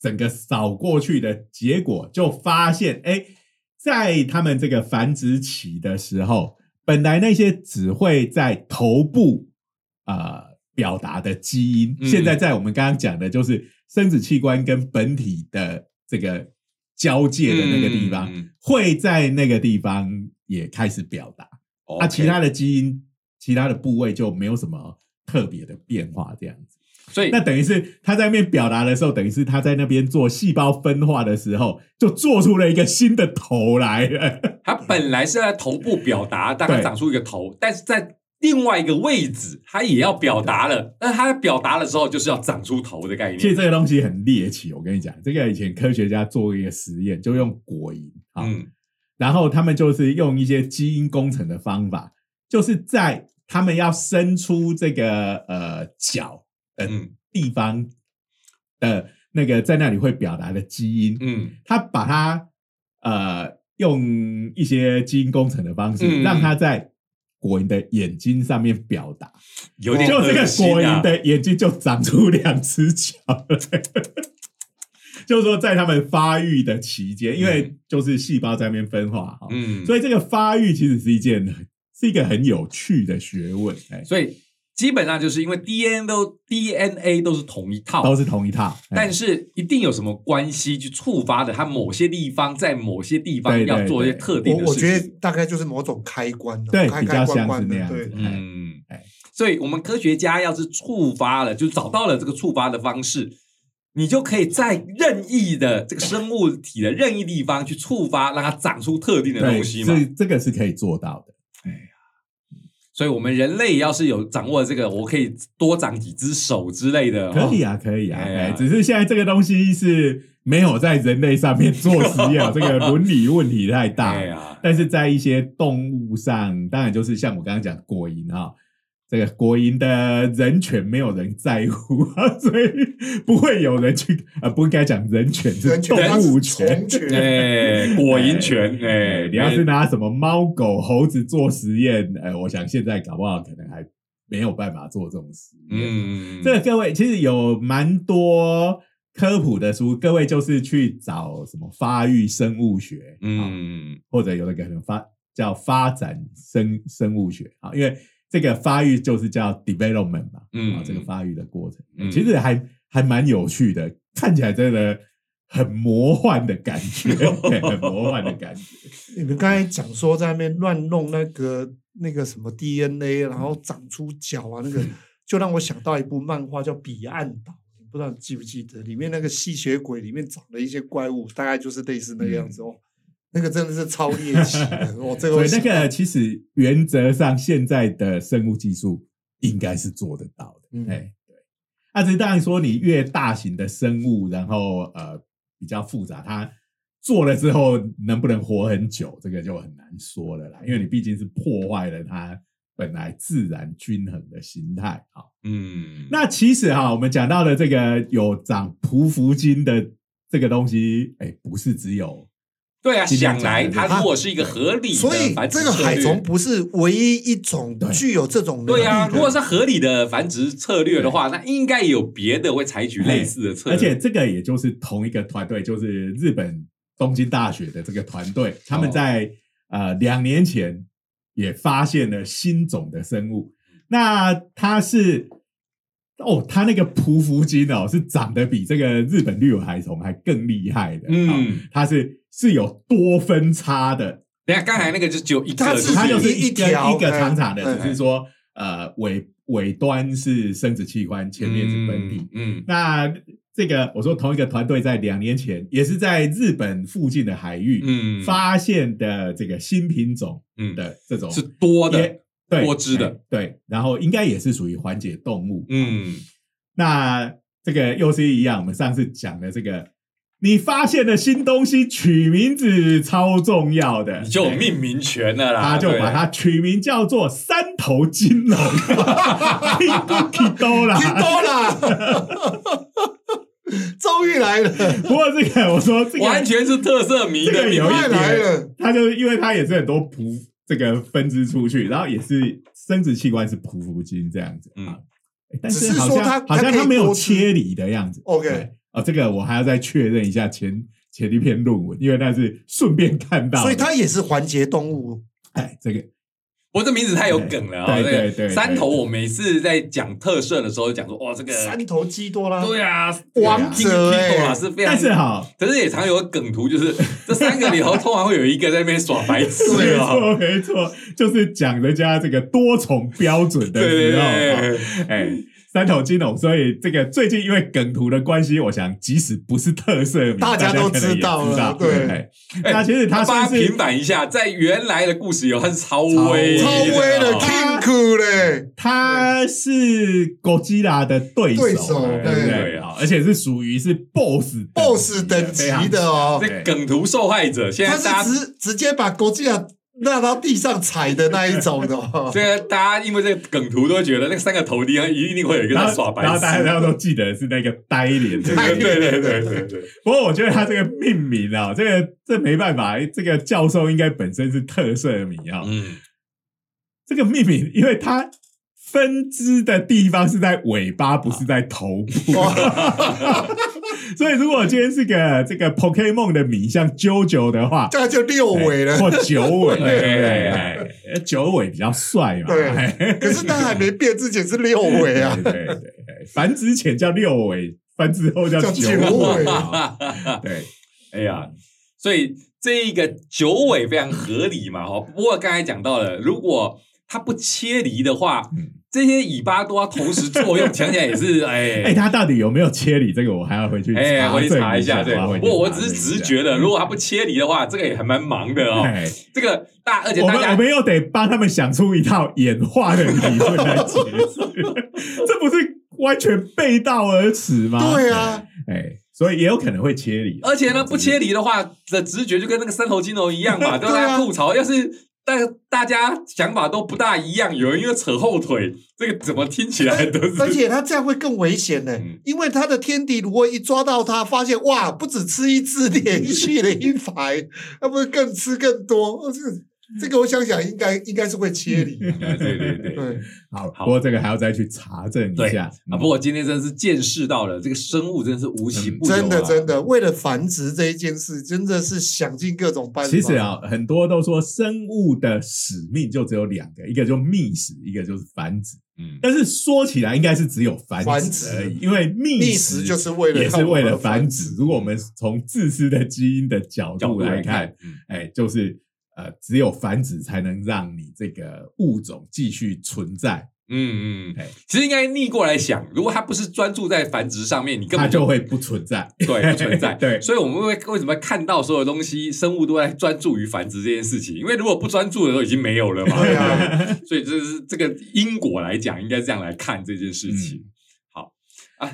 [SPEAKER 1] 整个扫过去的结果就发现，哎，在他们这个繁殖期的时候，本来那些只会在头部呃表达的基因，
[SPEAKER 2] 嗯
[SPEAKER 1] 现在在我们刚刚讲的，就是生殖器官跟本体的这个交界的那个地方，
[SPEAKER 2] 嗯嗯嗯
[SPEAKER 1] 会在那个地方也开始表达。
[SPEAKER 2] 哦
[SPEAKER 1] 啊，其他的基因、其他的部位就没有什么特别的变化，这样子。
[SPEAKER 2] 所以
[SPEAKER 1] 那等于是他在那边表达的时候，等于是他在那边做细胞分化的时候，就做出了一个新的头来了。
[SPEAKER 2] 它本来是在头部表达，大概
[SPEAKER 1] 对
[SPEAKER 2] 长出一个头，但是在另外一个位置，它也要表达了。但是它在表达的时候，就是要长出头的概
[SPEAKER 1] 其实
[SPEAKER 2] 念。
[SPEAKER 1] 这个东西很猎奇，我跟你讲，这个以前科学家做过一个实验，就用果蝇啊，
[SPEAKER 2] 嗯
[SPEAKER 1] 然后他们就是用一些基因工程的方法，就是在他们要伸出这个呃脚的
[SPEAKER 2] 嗯
[SPEAKER 1] 地方的那个在那里会表达的基因，
[SPEAKER 2] 嗯
[SPEAKER 1] 他把它呃用一些基因工程的方式，
[SPEAKER 2] 嗯
[SPEAKER 1] 让它在果蝇的眼睛上面表达，
[SPEAKER 2] 有点
[SPEAKER 1] 哦就这个
[SPEAKER 2] 恶心
[SPEAKER 1] 果
[SPEAKER 2] 啊
[SPEAKER 1] 蝇的眼睛就长出两只脚了。 (laughs) 就是说，在他们发育的期间，因为就是细胞在那边分化哈、
[SPEAKER 2] 嗯，所
[SPEAKER 1] 所以这个发育其实是一件是一个很有趣的学问，哎
[SPEAKER 2] 以，所以基本上就是因为 DNA 都 DNA 都是同一套，
[SPEAKER 1] 都是同一套，哎
[SPEAKER 2] 但是一定有什么关系去触发的，它某些地方在某些地方
[SPEAKER 1] 对对
[SPEAKER 2] 要做一些
[SPEAKER 1] 对
[SPEAKER 2] 特定
[SPEAKER 3] 我
[SPEAKER 2] 的事情。
[SPEAKER 3] 我觉得大概就是某种开关了，
[SPEAKER 1] 对
[SPEAKER 3] 开
[SPEAKER 1] 比较
[SPEAKER 3] 开
[SPEAKER 1] 像
[SPEAKER 3] 关
[SPEAKER 1] 是
[SPEAKER 3] 关
[SPEAKER 1] 那
[SPEAKER 3] 的，
[SPEAKER 1] 样
[SPEAKER 3] 对
[SPEAKER 1] 子。
[SPEAKER 2] 嗯
[SPEAKER 1] 哎，
[SPEAKER 2] 所以我们科学家要是触发了，就找到了这个触发的方式，你就可以在任意的这个生物体的任意地方去触发，让它长出特定的
[SPEAKER 1] 对，
[SPEAKER 2] 东西嘛
[SPEAKER 1] 是。这个是可以做到的。
[SPEAKER 2] 所以，我们人类要是有掌握这个，我可以多长几只手之类的。
[SPEAKER 1] 可以
[SPEAKER 2] 哦，
[SPEAKER 1] 啊，可以啊，
[SPEAKER 2] 哎
[SPEAKER 1] 哎、
[SPEAKER 2] 呀
[SPEAKER 1] 只是现在这个东西是没有在人类上面做实
[SPEAKER 2] (laughs)
[SPEAKER 1] 验，这个伦理问题太大
[SPEAKER 2] 对
[SPEAKER 1] 了。
[SPEAKER 2] 啊，
[SPEAKER 1] 但是在一些动物上，当然就是像我刚刚讲果蝇啊、这个果蝇的人权没有人在乎 (laughs) 啊，所以不会有人去啊、呃不应该讲人权是
[SPEAKER 3] 人权它
[SPEAKER 1] 动
[SPEAKER 3] 是
[SPEAKER 1] 物
[SPEAKER 3] 虫
[SPEAKER 1] 权。
[SPEAKER 3] 权，
[SPEAKER 2] 哎，果蝇
[SPEAKER 1] (laughs)
[SPEAKER 2] 拳，哎，
[SPEAKER 1] 你要是拿什么猫、狗、猴子做实验，呃，我想现在搞不好可能还没有办法做这种实验。
[SPEAKER 2] 嗯，
[SPEAKER 1] 这个各位其实有蛮多科普的书，各位就是去找什么发育生物学，嗯，
[SPEAKER 2] 嗯
[SPEAKER 1] 或者有的可能发叫发展生生物学啊，因为这个发育就是叫 development 嘛，
[SPEAKER 2] 嗯
[SPEAKER 1] 啊，这个发育的过程，
[SPEAKER 2] 嗯
[SPEAKER 1] 其实还还蛮有趣的，看起来真的很魔幻的感觉，对很魔幻的感觉。
[SPEAKER 3] 你们刚才讲说在那边乱弄那个那个什么 DNA，然后长出脚啊，那个就让我想到一部漫画叫《彼岸岛》，不知道记不记得？里面那个吸血鬼里面长的一些怪物，大概就是类似那个样子哦。那个真的是超猎奇的，哦，这个
[SPEAKER 1] 所
[SPEAKER 3] 我
[SPEAKER 1] 以那
[SPEAKER 3] 想
[SPEAKER 1] 个其实原则上现在的生物技术应该是做得到的，
[SPEAKER 3] 嗯
[SPEAKER 1] 哎、对。那只是当然说，你越大型的生物，然后呃比较复杂，它做了之后能不能活很久，这个就很难说了啦，因为你毕竟是破坏了它本来自然均衡的形态啊。
[SPEAKER 2] 嗯，
[SPEAKER 1] 那其实哈，我们讲到的这个有长匍匐茎的这个东西，哎，不是只有
[SPEAKER 2] 对啊，
[SPEAKER 1] 今天
[SPEAKER 2] 想
[SPEAKER 1] 讲的
[SPEAKER 2] 来
[SPEAKER 1] 这个
[SPEAKER 2] 它如果是一个合理的
[SPEAKER 3] 所以
[SPEAKER 2] 繁殖
[SPEAKER 3] 这个
[SPEAKER 2] 策
[SPEAKER 3] 海
[SPEAKER 2] 略
[SPEAKER 3] 虫不是唯一一种
[SPEAKER 1] 对
[SPEAKER 3] 具有这种能力
[SPEAKER 2] 对啊，
[SPEAKER 3] 的
[SPEAKER 2] 如果是合理的繁殖策略的话，那应该也有别的会采取类似的策略。
[SPEAKER 1] 而且这个也就是同一个团队，就是日本东京大学的这个团队，他
[SPEAKER 3] 哦
[SPEAKER 1] 们在、呃两年前也发现了新种的生物。那它是哦，它那个匍匐鲸哦，是长得比这个日本绿有海虫还更厉害的。哦
[SPEAKER 2] 嗯，
[SPEAKER 1] 它是是有多分叉的，
[SPEAKER 2] 等一下刚才那个就只有一个，
[SPEAKER 3] 它
[SPEAKER 2] 是
[SPEAKER 3] 是
[SPEAKER 2] 不
[SPEAKER 1] 它就是
[SPEAKER 3] 一一
[SPEAKER 1] 根
[SPEAKER 3] 条
[SPEAKER 1] 一个长长
[SPEAKER 3] 哎
[SPEAKER 1] 的，只是说呃尾尾端是生殖器官，前面是本体。
[SPEAKER 2] 嗯，嗯，
[SPEAKER 1] 那这个我说同一个团队在两年前，也是在日本附近的海域，
[SPEAKER 2] 嗯
[SPEAKER 1] 发现的这个新品种
[SPEAKER 2] 嗯
[SPEAKER 1] 的这种
[SPEAKER 2] 是多的
[SPEAKER 1] 也，对
[SPEAKER 2] 多汁的
[SPEAKER 1] 哎对，然后应该也是属于缓解动物。
[SPEAKER 2] 嗯
[SPEAKER 1] 那这个又是一样，我们上次讲的这个，你发现的新东西取名字超重要的，
[SPEAKER 2] 你就有
[SPEAKER 1] 哎
[SPEAKER 2] 命啊名权了啦。
[SPEAKER 1] 他就把它取名叫做三头金
[SPEAKER 2] (laughs)
[SPEAKER 1] 龙 (laughs) ，Kido 啦，
[SPEAKER 3] (laughs) 听多了，终于来了，
[SPEAKER 1] 不过这个我说这
[SPEAKER 2] 对
[SPEAKER 1] 个
[SPEAKER 2] 完全是特色迷
[SPEAKER 1] 这
[SPEAKER 2] 的
[SPEAKER 1] 个
[SPEAKER 2] 命
[SPEAKER 1] 有一
[SPEAKER 2] 名
[SPEAKER 3] 快
[SPEAKER 1] 点
[SPEAKER 3] 来了，
[SPEAKER 1] 它就是因为它也是很多匍这个分支出去，然后也是生殖器官是匍匐茎这样子
[SPEAKER 2] 嗯
[SPEAKER 1] 啊，但
[SPEAKER 3] 只
[SPEAKER 1] 是
[SPEAKER 3] 是
[SPEAKER 1] 好
[SPEAKER 3] 说
[SPEAKER 1] 像
[SPEAKER 3] 它
[SPEAKER 1] 好
[SPEAKER 3] 它
[SPEAKER 1] 像
[SPEAKER 3] 可以
[SPEAKER 1] 它没有
[SPEAKER 3] 多吃
[SPEAKER 1] 切离的样子。
[SPEAKER 3] OK
[SPEAKER 1] 对哦，这个我还要再确认一下前前一篇论文，因为那是顺便看到的，
[SPEAKER 3] 所以它也是环节动物。
[SPEAKER 1] 哎这个
[SPEAKER 2] 我这名字太有梗了啊！
[SPEAKER 1] 对
[SPEAKER 2] 这
[SPEAKER 1] 对
[SPEAKER 2] 个
[SPEAKER 1] 对对对
[SPEAKER 2] 三头，我每次在讲特色的时候讲说，哇，这个
[SPEAKER 3] 三头肌多啦，
[SPEAKER 2] 对啊，
[SPEAKER 3] 王者
[SPEAKER 2] 这个 Kiko 啊
[SPEAKER 3] 欸
[SPEAKER 2] 是非常
[SPEAKER 1] 哎但是哈，
[SPEAKER 2] 可是也常有个梗图，就是 (laughs) 这三个里头通常会有一个在那边耍白痴
[SPEAKER 1] 没
[SPEAKER 2] 啊。
[SPEAKER 1] 错没错，就是讲人家这个多重标准的
[SPEAKER 2] 对对
[SPEAKER 1] 时候，
[SPEAKER 2] 对
[SPEAKER 1] 啊
[SPEAKER 2] 对，
[SPEAKER 1] 哎，三头金龙，所以这个最近因为梗图的关系，我想即使不是特色名，
[SPEAKER 3] 大
[SPEAKER 1] 大
[SPEAKER 3] 家都
[SPEAKER 1] 可能也
[SPEAKER 3] 知道了
[SPEAKER 1] 知道
[SPEAKER 3] 对
[SPEAKER 1] 哎那其实
[SPEAKER 2] 他
[SPEAKER 1] 他
[SPEAKER 2] 帮
[SPEAKER 1] 算
[SPEAKER 2] 他
[SPEAKER 1] 是
[SPEAKER 2] 平反一下，在原来的故事有他是超威，
[SPEAKER 3] 超威的
[SPEAKER 2] 哦
[SPEAKER 3] King Ku 嘞，
[SPEAKER 1] 他是狗基拉的对手，
[SPEAKER 3] 对手
[SPEAKER 1] 哎对不
[SPEAKER 3] 对
[SPEAKER 1] 对？好，而且是属于是 BOSS 等级的
[SPEAKER 3] BOSS 等级的，哦，
[SPEAKER 2] 这梗图受害者，现在
[SPEAKER 3] 他
[SPEAKER 2] 啊大家
[SPEAKER 3] 是直直接把国际啊落到地上踩的那一种的、哦。
[SPEAKER 2] 这个大家因为这个梗图都会觉得那三个头钉一定会有一个
[SPEAKER 1] 非常然
[SPEAKER 2] 在
[SPEAKER 1] 后
[SPEAKER 2] 耍白
[SPEAKER 1] 然后大
[SPEAKER 2] 痴。
[SPEAKER 1] 家都记得是那个呆脸的。
[SPEAKER 3] 呆
[SPEAKER 2] 对
[SPEAKER 3] 脸
[SPEAKER 2] (laughs) 对对对对对，
[SPEAKER 1] 不过我觉得他这个命名啊，这个这没办法，哎这个教授应该本身是特色迷啊。
[SPEAKER 2] 嗯，
[SPEAKER 1] 这个命名，因为它分支的地方是在尾巴，不是
[SPEAKER 2] 啊
[SPEAKER 1] 在头部。 (laughs) 所以，如果今天是个这个 Pokemon 的米，像 JoJo 的话，哎
[SPEAKER 3] 这个就六尾了，
[SPEAKER 1] 或九
[SPEAKER 2] (laughs)
[SPEAKER 1] 尾，对
[SPEAKER 2] 对
[SPEAKER 1] 不对？哎九尾比较帅嘛。
[SPEAKER 3] 对
[SPEAKER 1] 哎
[SPEAKER 3] 可是他还没变之前是六尾啊
[SPEAKER 1] 对。对对，哎繁殖前叫六尾，繁殖后叫
[SPEAKER 3] 叫
[SPEAKER 1] 九
[SPEAKER 3] 九尾
[SPEAKER 1] 尾啊。对，
[SPEAKER 2] (laughs) 哎呀，所以这一个九尾非常合理嘛，哈。不过刚才讲到了，如果它不切离的话
[SPEAKER 1] 嗯，
[SPEAKER 2] 这些尾巴都要同时
[SPEAKER 1] (laughs)
[SPEAKER 2] 作用，想起来也是
[SPEAKER 1] 哎，他到底有没有切理？这个我还要回去
[SPEAKER 2] 哎，回去查
[SPEAKER 1] 一
[SPEAKER 2] 一下，对。
[SPEAKER 1] 我要回
[SPEAKER 2] 不
[SPEAKER 1] 去
[SPEAKER 2] 过我
[SPEAKER 1] 查
[SPEAKER 2] 只是
[SPEAKER 1] 证一
[SPEAKER 2] 直
[SPEAKER 1] 下嗯
[SPEAKER 2] 觉的，如果它不切离的话，这个也还蛮忙的哦。
[SPEAKER 1] 哎
[SPEAKER 2] 这个大，而且
[SPEAKER 1] 我
[SPEAKER 2] 大
[SPEAKER 1] 们我
[SPEAKER 2] 家
[SPEAKER 1] 们又得帮他们想出一套演化的理论来解释，这不是完全背道而驰吗？
[SPEAKER 3] 对，啊，
[SPEAKER 1] 哎，所以也有可能会切离，啊嗯
[SPEAKER 2] 而且呢，不切离的话的直觉就跟那个三头金龙一样
[SPEAKER 1] (laughs)
[SPEAKER 2] 嘛，都
[SPEAKER 3] 对
[SPEAKER 2] 在
[SPEAKER 3] 啊
[SPEAKER 2] 吐槽。要是大大家想法都不大一样，有人又扯后腿，这个怎么听起来都
[SPEAKER 3] 而
[SPEAKER 2] 是 (laughs)
[SPEAKER 3] 且他这样会更危险呢、
[SPEAKER 2] 嗯
[SPEAKER 3] 因为他的天敌如果一抓到他，发现哇，不止吃一只，连续了一排，那不是更吃更多？哦这个这个我想想应该应该是会切离。
[SPEAKER 2] 对对对
[SPEAKER 3] 对，
[SPEAKER 1] 好，
[SPEAKER 2] 好
[SPEAKER 1] 不过这个还要再去查证一
[SPEAKER 2] 对
[SPEAKER 1] 下嗯
[SPEAKER 2] 啊！不过我今天真的是见识到了这个生物真的是无奇不有啊
[SPEAKER 3] 嗯真的真的，为了繁殖这一件事，真的是想尽各种办法。
[SPEAKER 1] 其实，啊，很多都说生物的使命就只有两个，一个就觅食，一个就是繁殖。
[SPEAKER 2] 嗯，
[SPEAKER 1] 但是说起来，应该是只有繁
[SPEAKER 3] 繁
[SPEAKER 1] 殖
[SPEAKER 3] 殖
[SPEAKER 1] 而已，因为觅
[SPEAKER 3] 觅食就是为了
[SPEAKER 1] 也是为了繁
[SPEAKER 3] 繁
[SPEAKER 1] 殖。 (laughs) 如果我们从自私的基因的角
[SPEAKER 2] 角
[SPEAKER 1] 度
[SPEAKER 2] 度
[SPEAKER 1] 来
[SPEAKER 2] 来
[SPEAKER 1] 看
[SPEAKER 2] 看，，嗯
[SPEAKER 1] 哎，就是呃，只有繁殖才能让你这个物种继续存在，
[SPEAKER 2] 嗯嗯
[SPEAKER 1] 哎，
[SPEAKER 2] 其实应该逆过来想，如果它不是专注在繁殖上面，你根
[SPEAKER 1] 它
[SPEAKER 2] 本
[SPEAKER 1] 就会不存在。
[SPEAKER 2] 对不存在。
[SPEAKER 1] (laughs) 对
[SPEAKER 2] 所以我们会为什么看到所有东西，生物都在专注于繁殖这件事情？因为如果不专注的时候，已经没有了嘛。
[SPEAKER 3] 对啊
[SPEAKER 2] 不 (laughs) 对 (laughs) 所以这是这个因果来讲，应该这样来看这件
[SPEAKER 1] 嗯
[SPEAKER 2] 事情。好啊，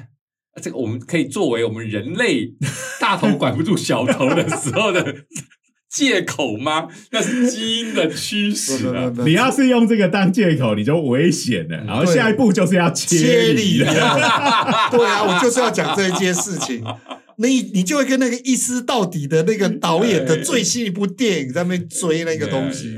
[SPEAKER 2] 这个我们可以作为我们人类大头管不住小头的时候的 (laughs) 借口吗？那是基因的驱
[SPEAKER 3] 不
[SPEAKER 2] 使
[SPEAKER 3] (laughs) 不
[SPEAKER 2] 啊。
[SPEAKER 3] 不不
[SPEAKER 1] 你要是用这个当借口，你就危险
[SPEAKER 2] 嗯
[SPEAKER 1] 了。然后
[SPEAKER 3] 对
[SPEAKER 1] 下一步就是要
[SPEAKER 3] 切
[SPEAKER 1] 切离
[SPEAKER 3] 离
[SPEAKER 1] 了。
[SPEAKER 3] 啊！对啊，我就是要讲这一件事情。你你就会跟那个一丝到底的那个导演的最新一部电影在那边追那个东西。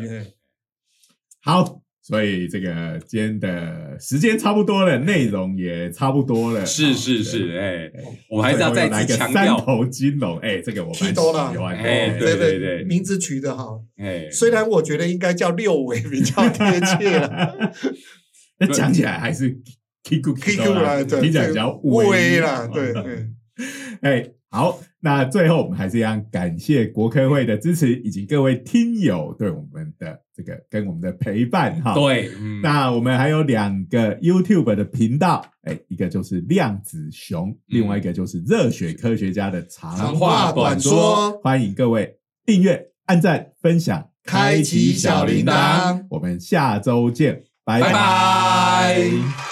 [SPEAKER 1] 好，所以这个今天的时间差不多了，内容也差不多了。哦
[SPEAKER 2] 是是
[SPEAKER 1] 对，
[SPEAKER 2] 是，哎、
[SPEAKER 1] 哎
[SPEAKER 2] 我们还是要再
[SPEAKER 1] 最后来
[SPEAKER 2] 次
[SPEAKER 1] 个
[SPEAKER 2] 强
[SPEAKER 1] 三
[SPEAKER 2] 调，
[SPEAKER 1] 头金龙，哎，这个我蛮
[SPEAKER 3] 剃
[SPEAKER 1] 喜
[SPEAKER 3] 刀啦
[SPEAKER 1] 欢的。
[SPEAKER 2] 哎
[SPEAKER 1] 哎
[SPEAKER 2] 对
[SPEAKER 3] 对
[SPEAKER 2] 对
[SPEAKER 3] 对
[SPEAKER 2] 对
[SPEAKER 3] 名字取得好，
[SPEAKER 2] 哎，
[SPEAKER 3] 虽然我觉得应该叫六尾比较贴切了。
[SPEAKER 1] (laughs) 那讲起来还是 Kiku
[SPEAKER 3] Kiku 啦，对，
[SPEAKER 1] 听起来比较
[SPEAKER 3] 微啦，对对。
[SPEAKER 1] (laughs) 哎，好，那最后我们还是一样感谢国科会的支持，以及各位听友对我们的这个跟我们的陪伴哈。
[SPEAKER 2] 对，嗯，
[SPEAKER 1] 那我们还有两个 YouTube 的频道，哎，一个就是量子熊，另外一个就是热血科学家的长
[SPEAKER 3] 长
[SPEAKER 1] 话
[SPEAKER 3] 话
[SPEAKER 1] 短
[SPEAKER 3] 短
[SPEAKER 1] 说
[SPEAKER 3] 说，
[SPEAKER 1] 欢迎各位订阅、按赞、分享、
[SPEAKER 3] 开启小铃铛
[SPEAKER 1] 我们下周见，拜
[SPEAKER 2] 拜拜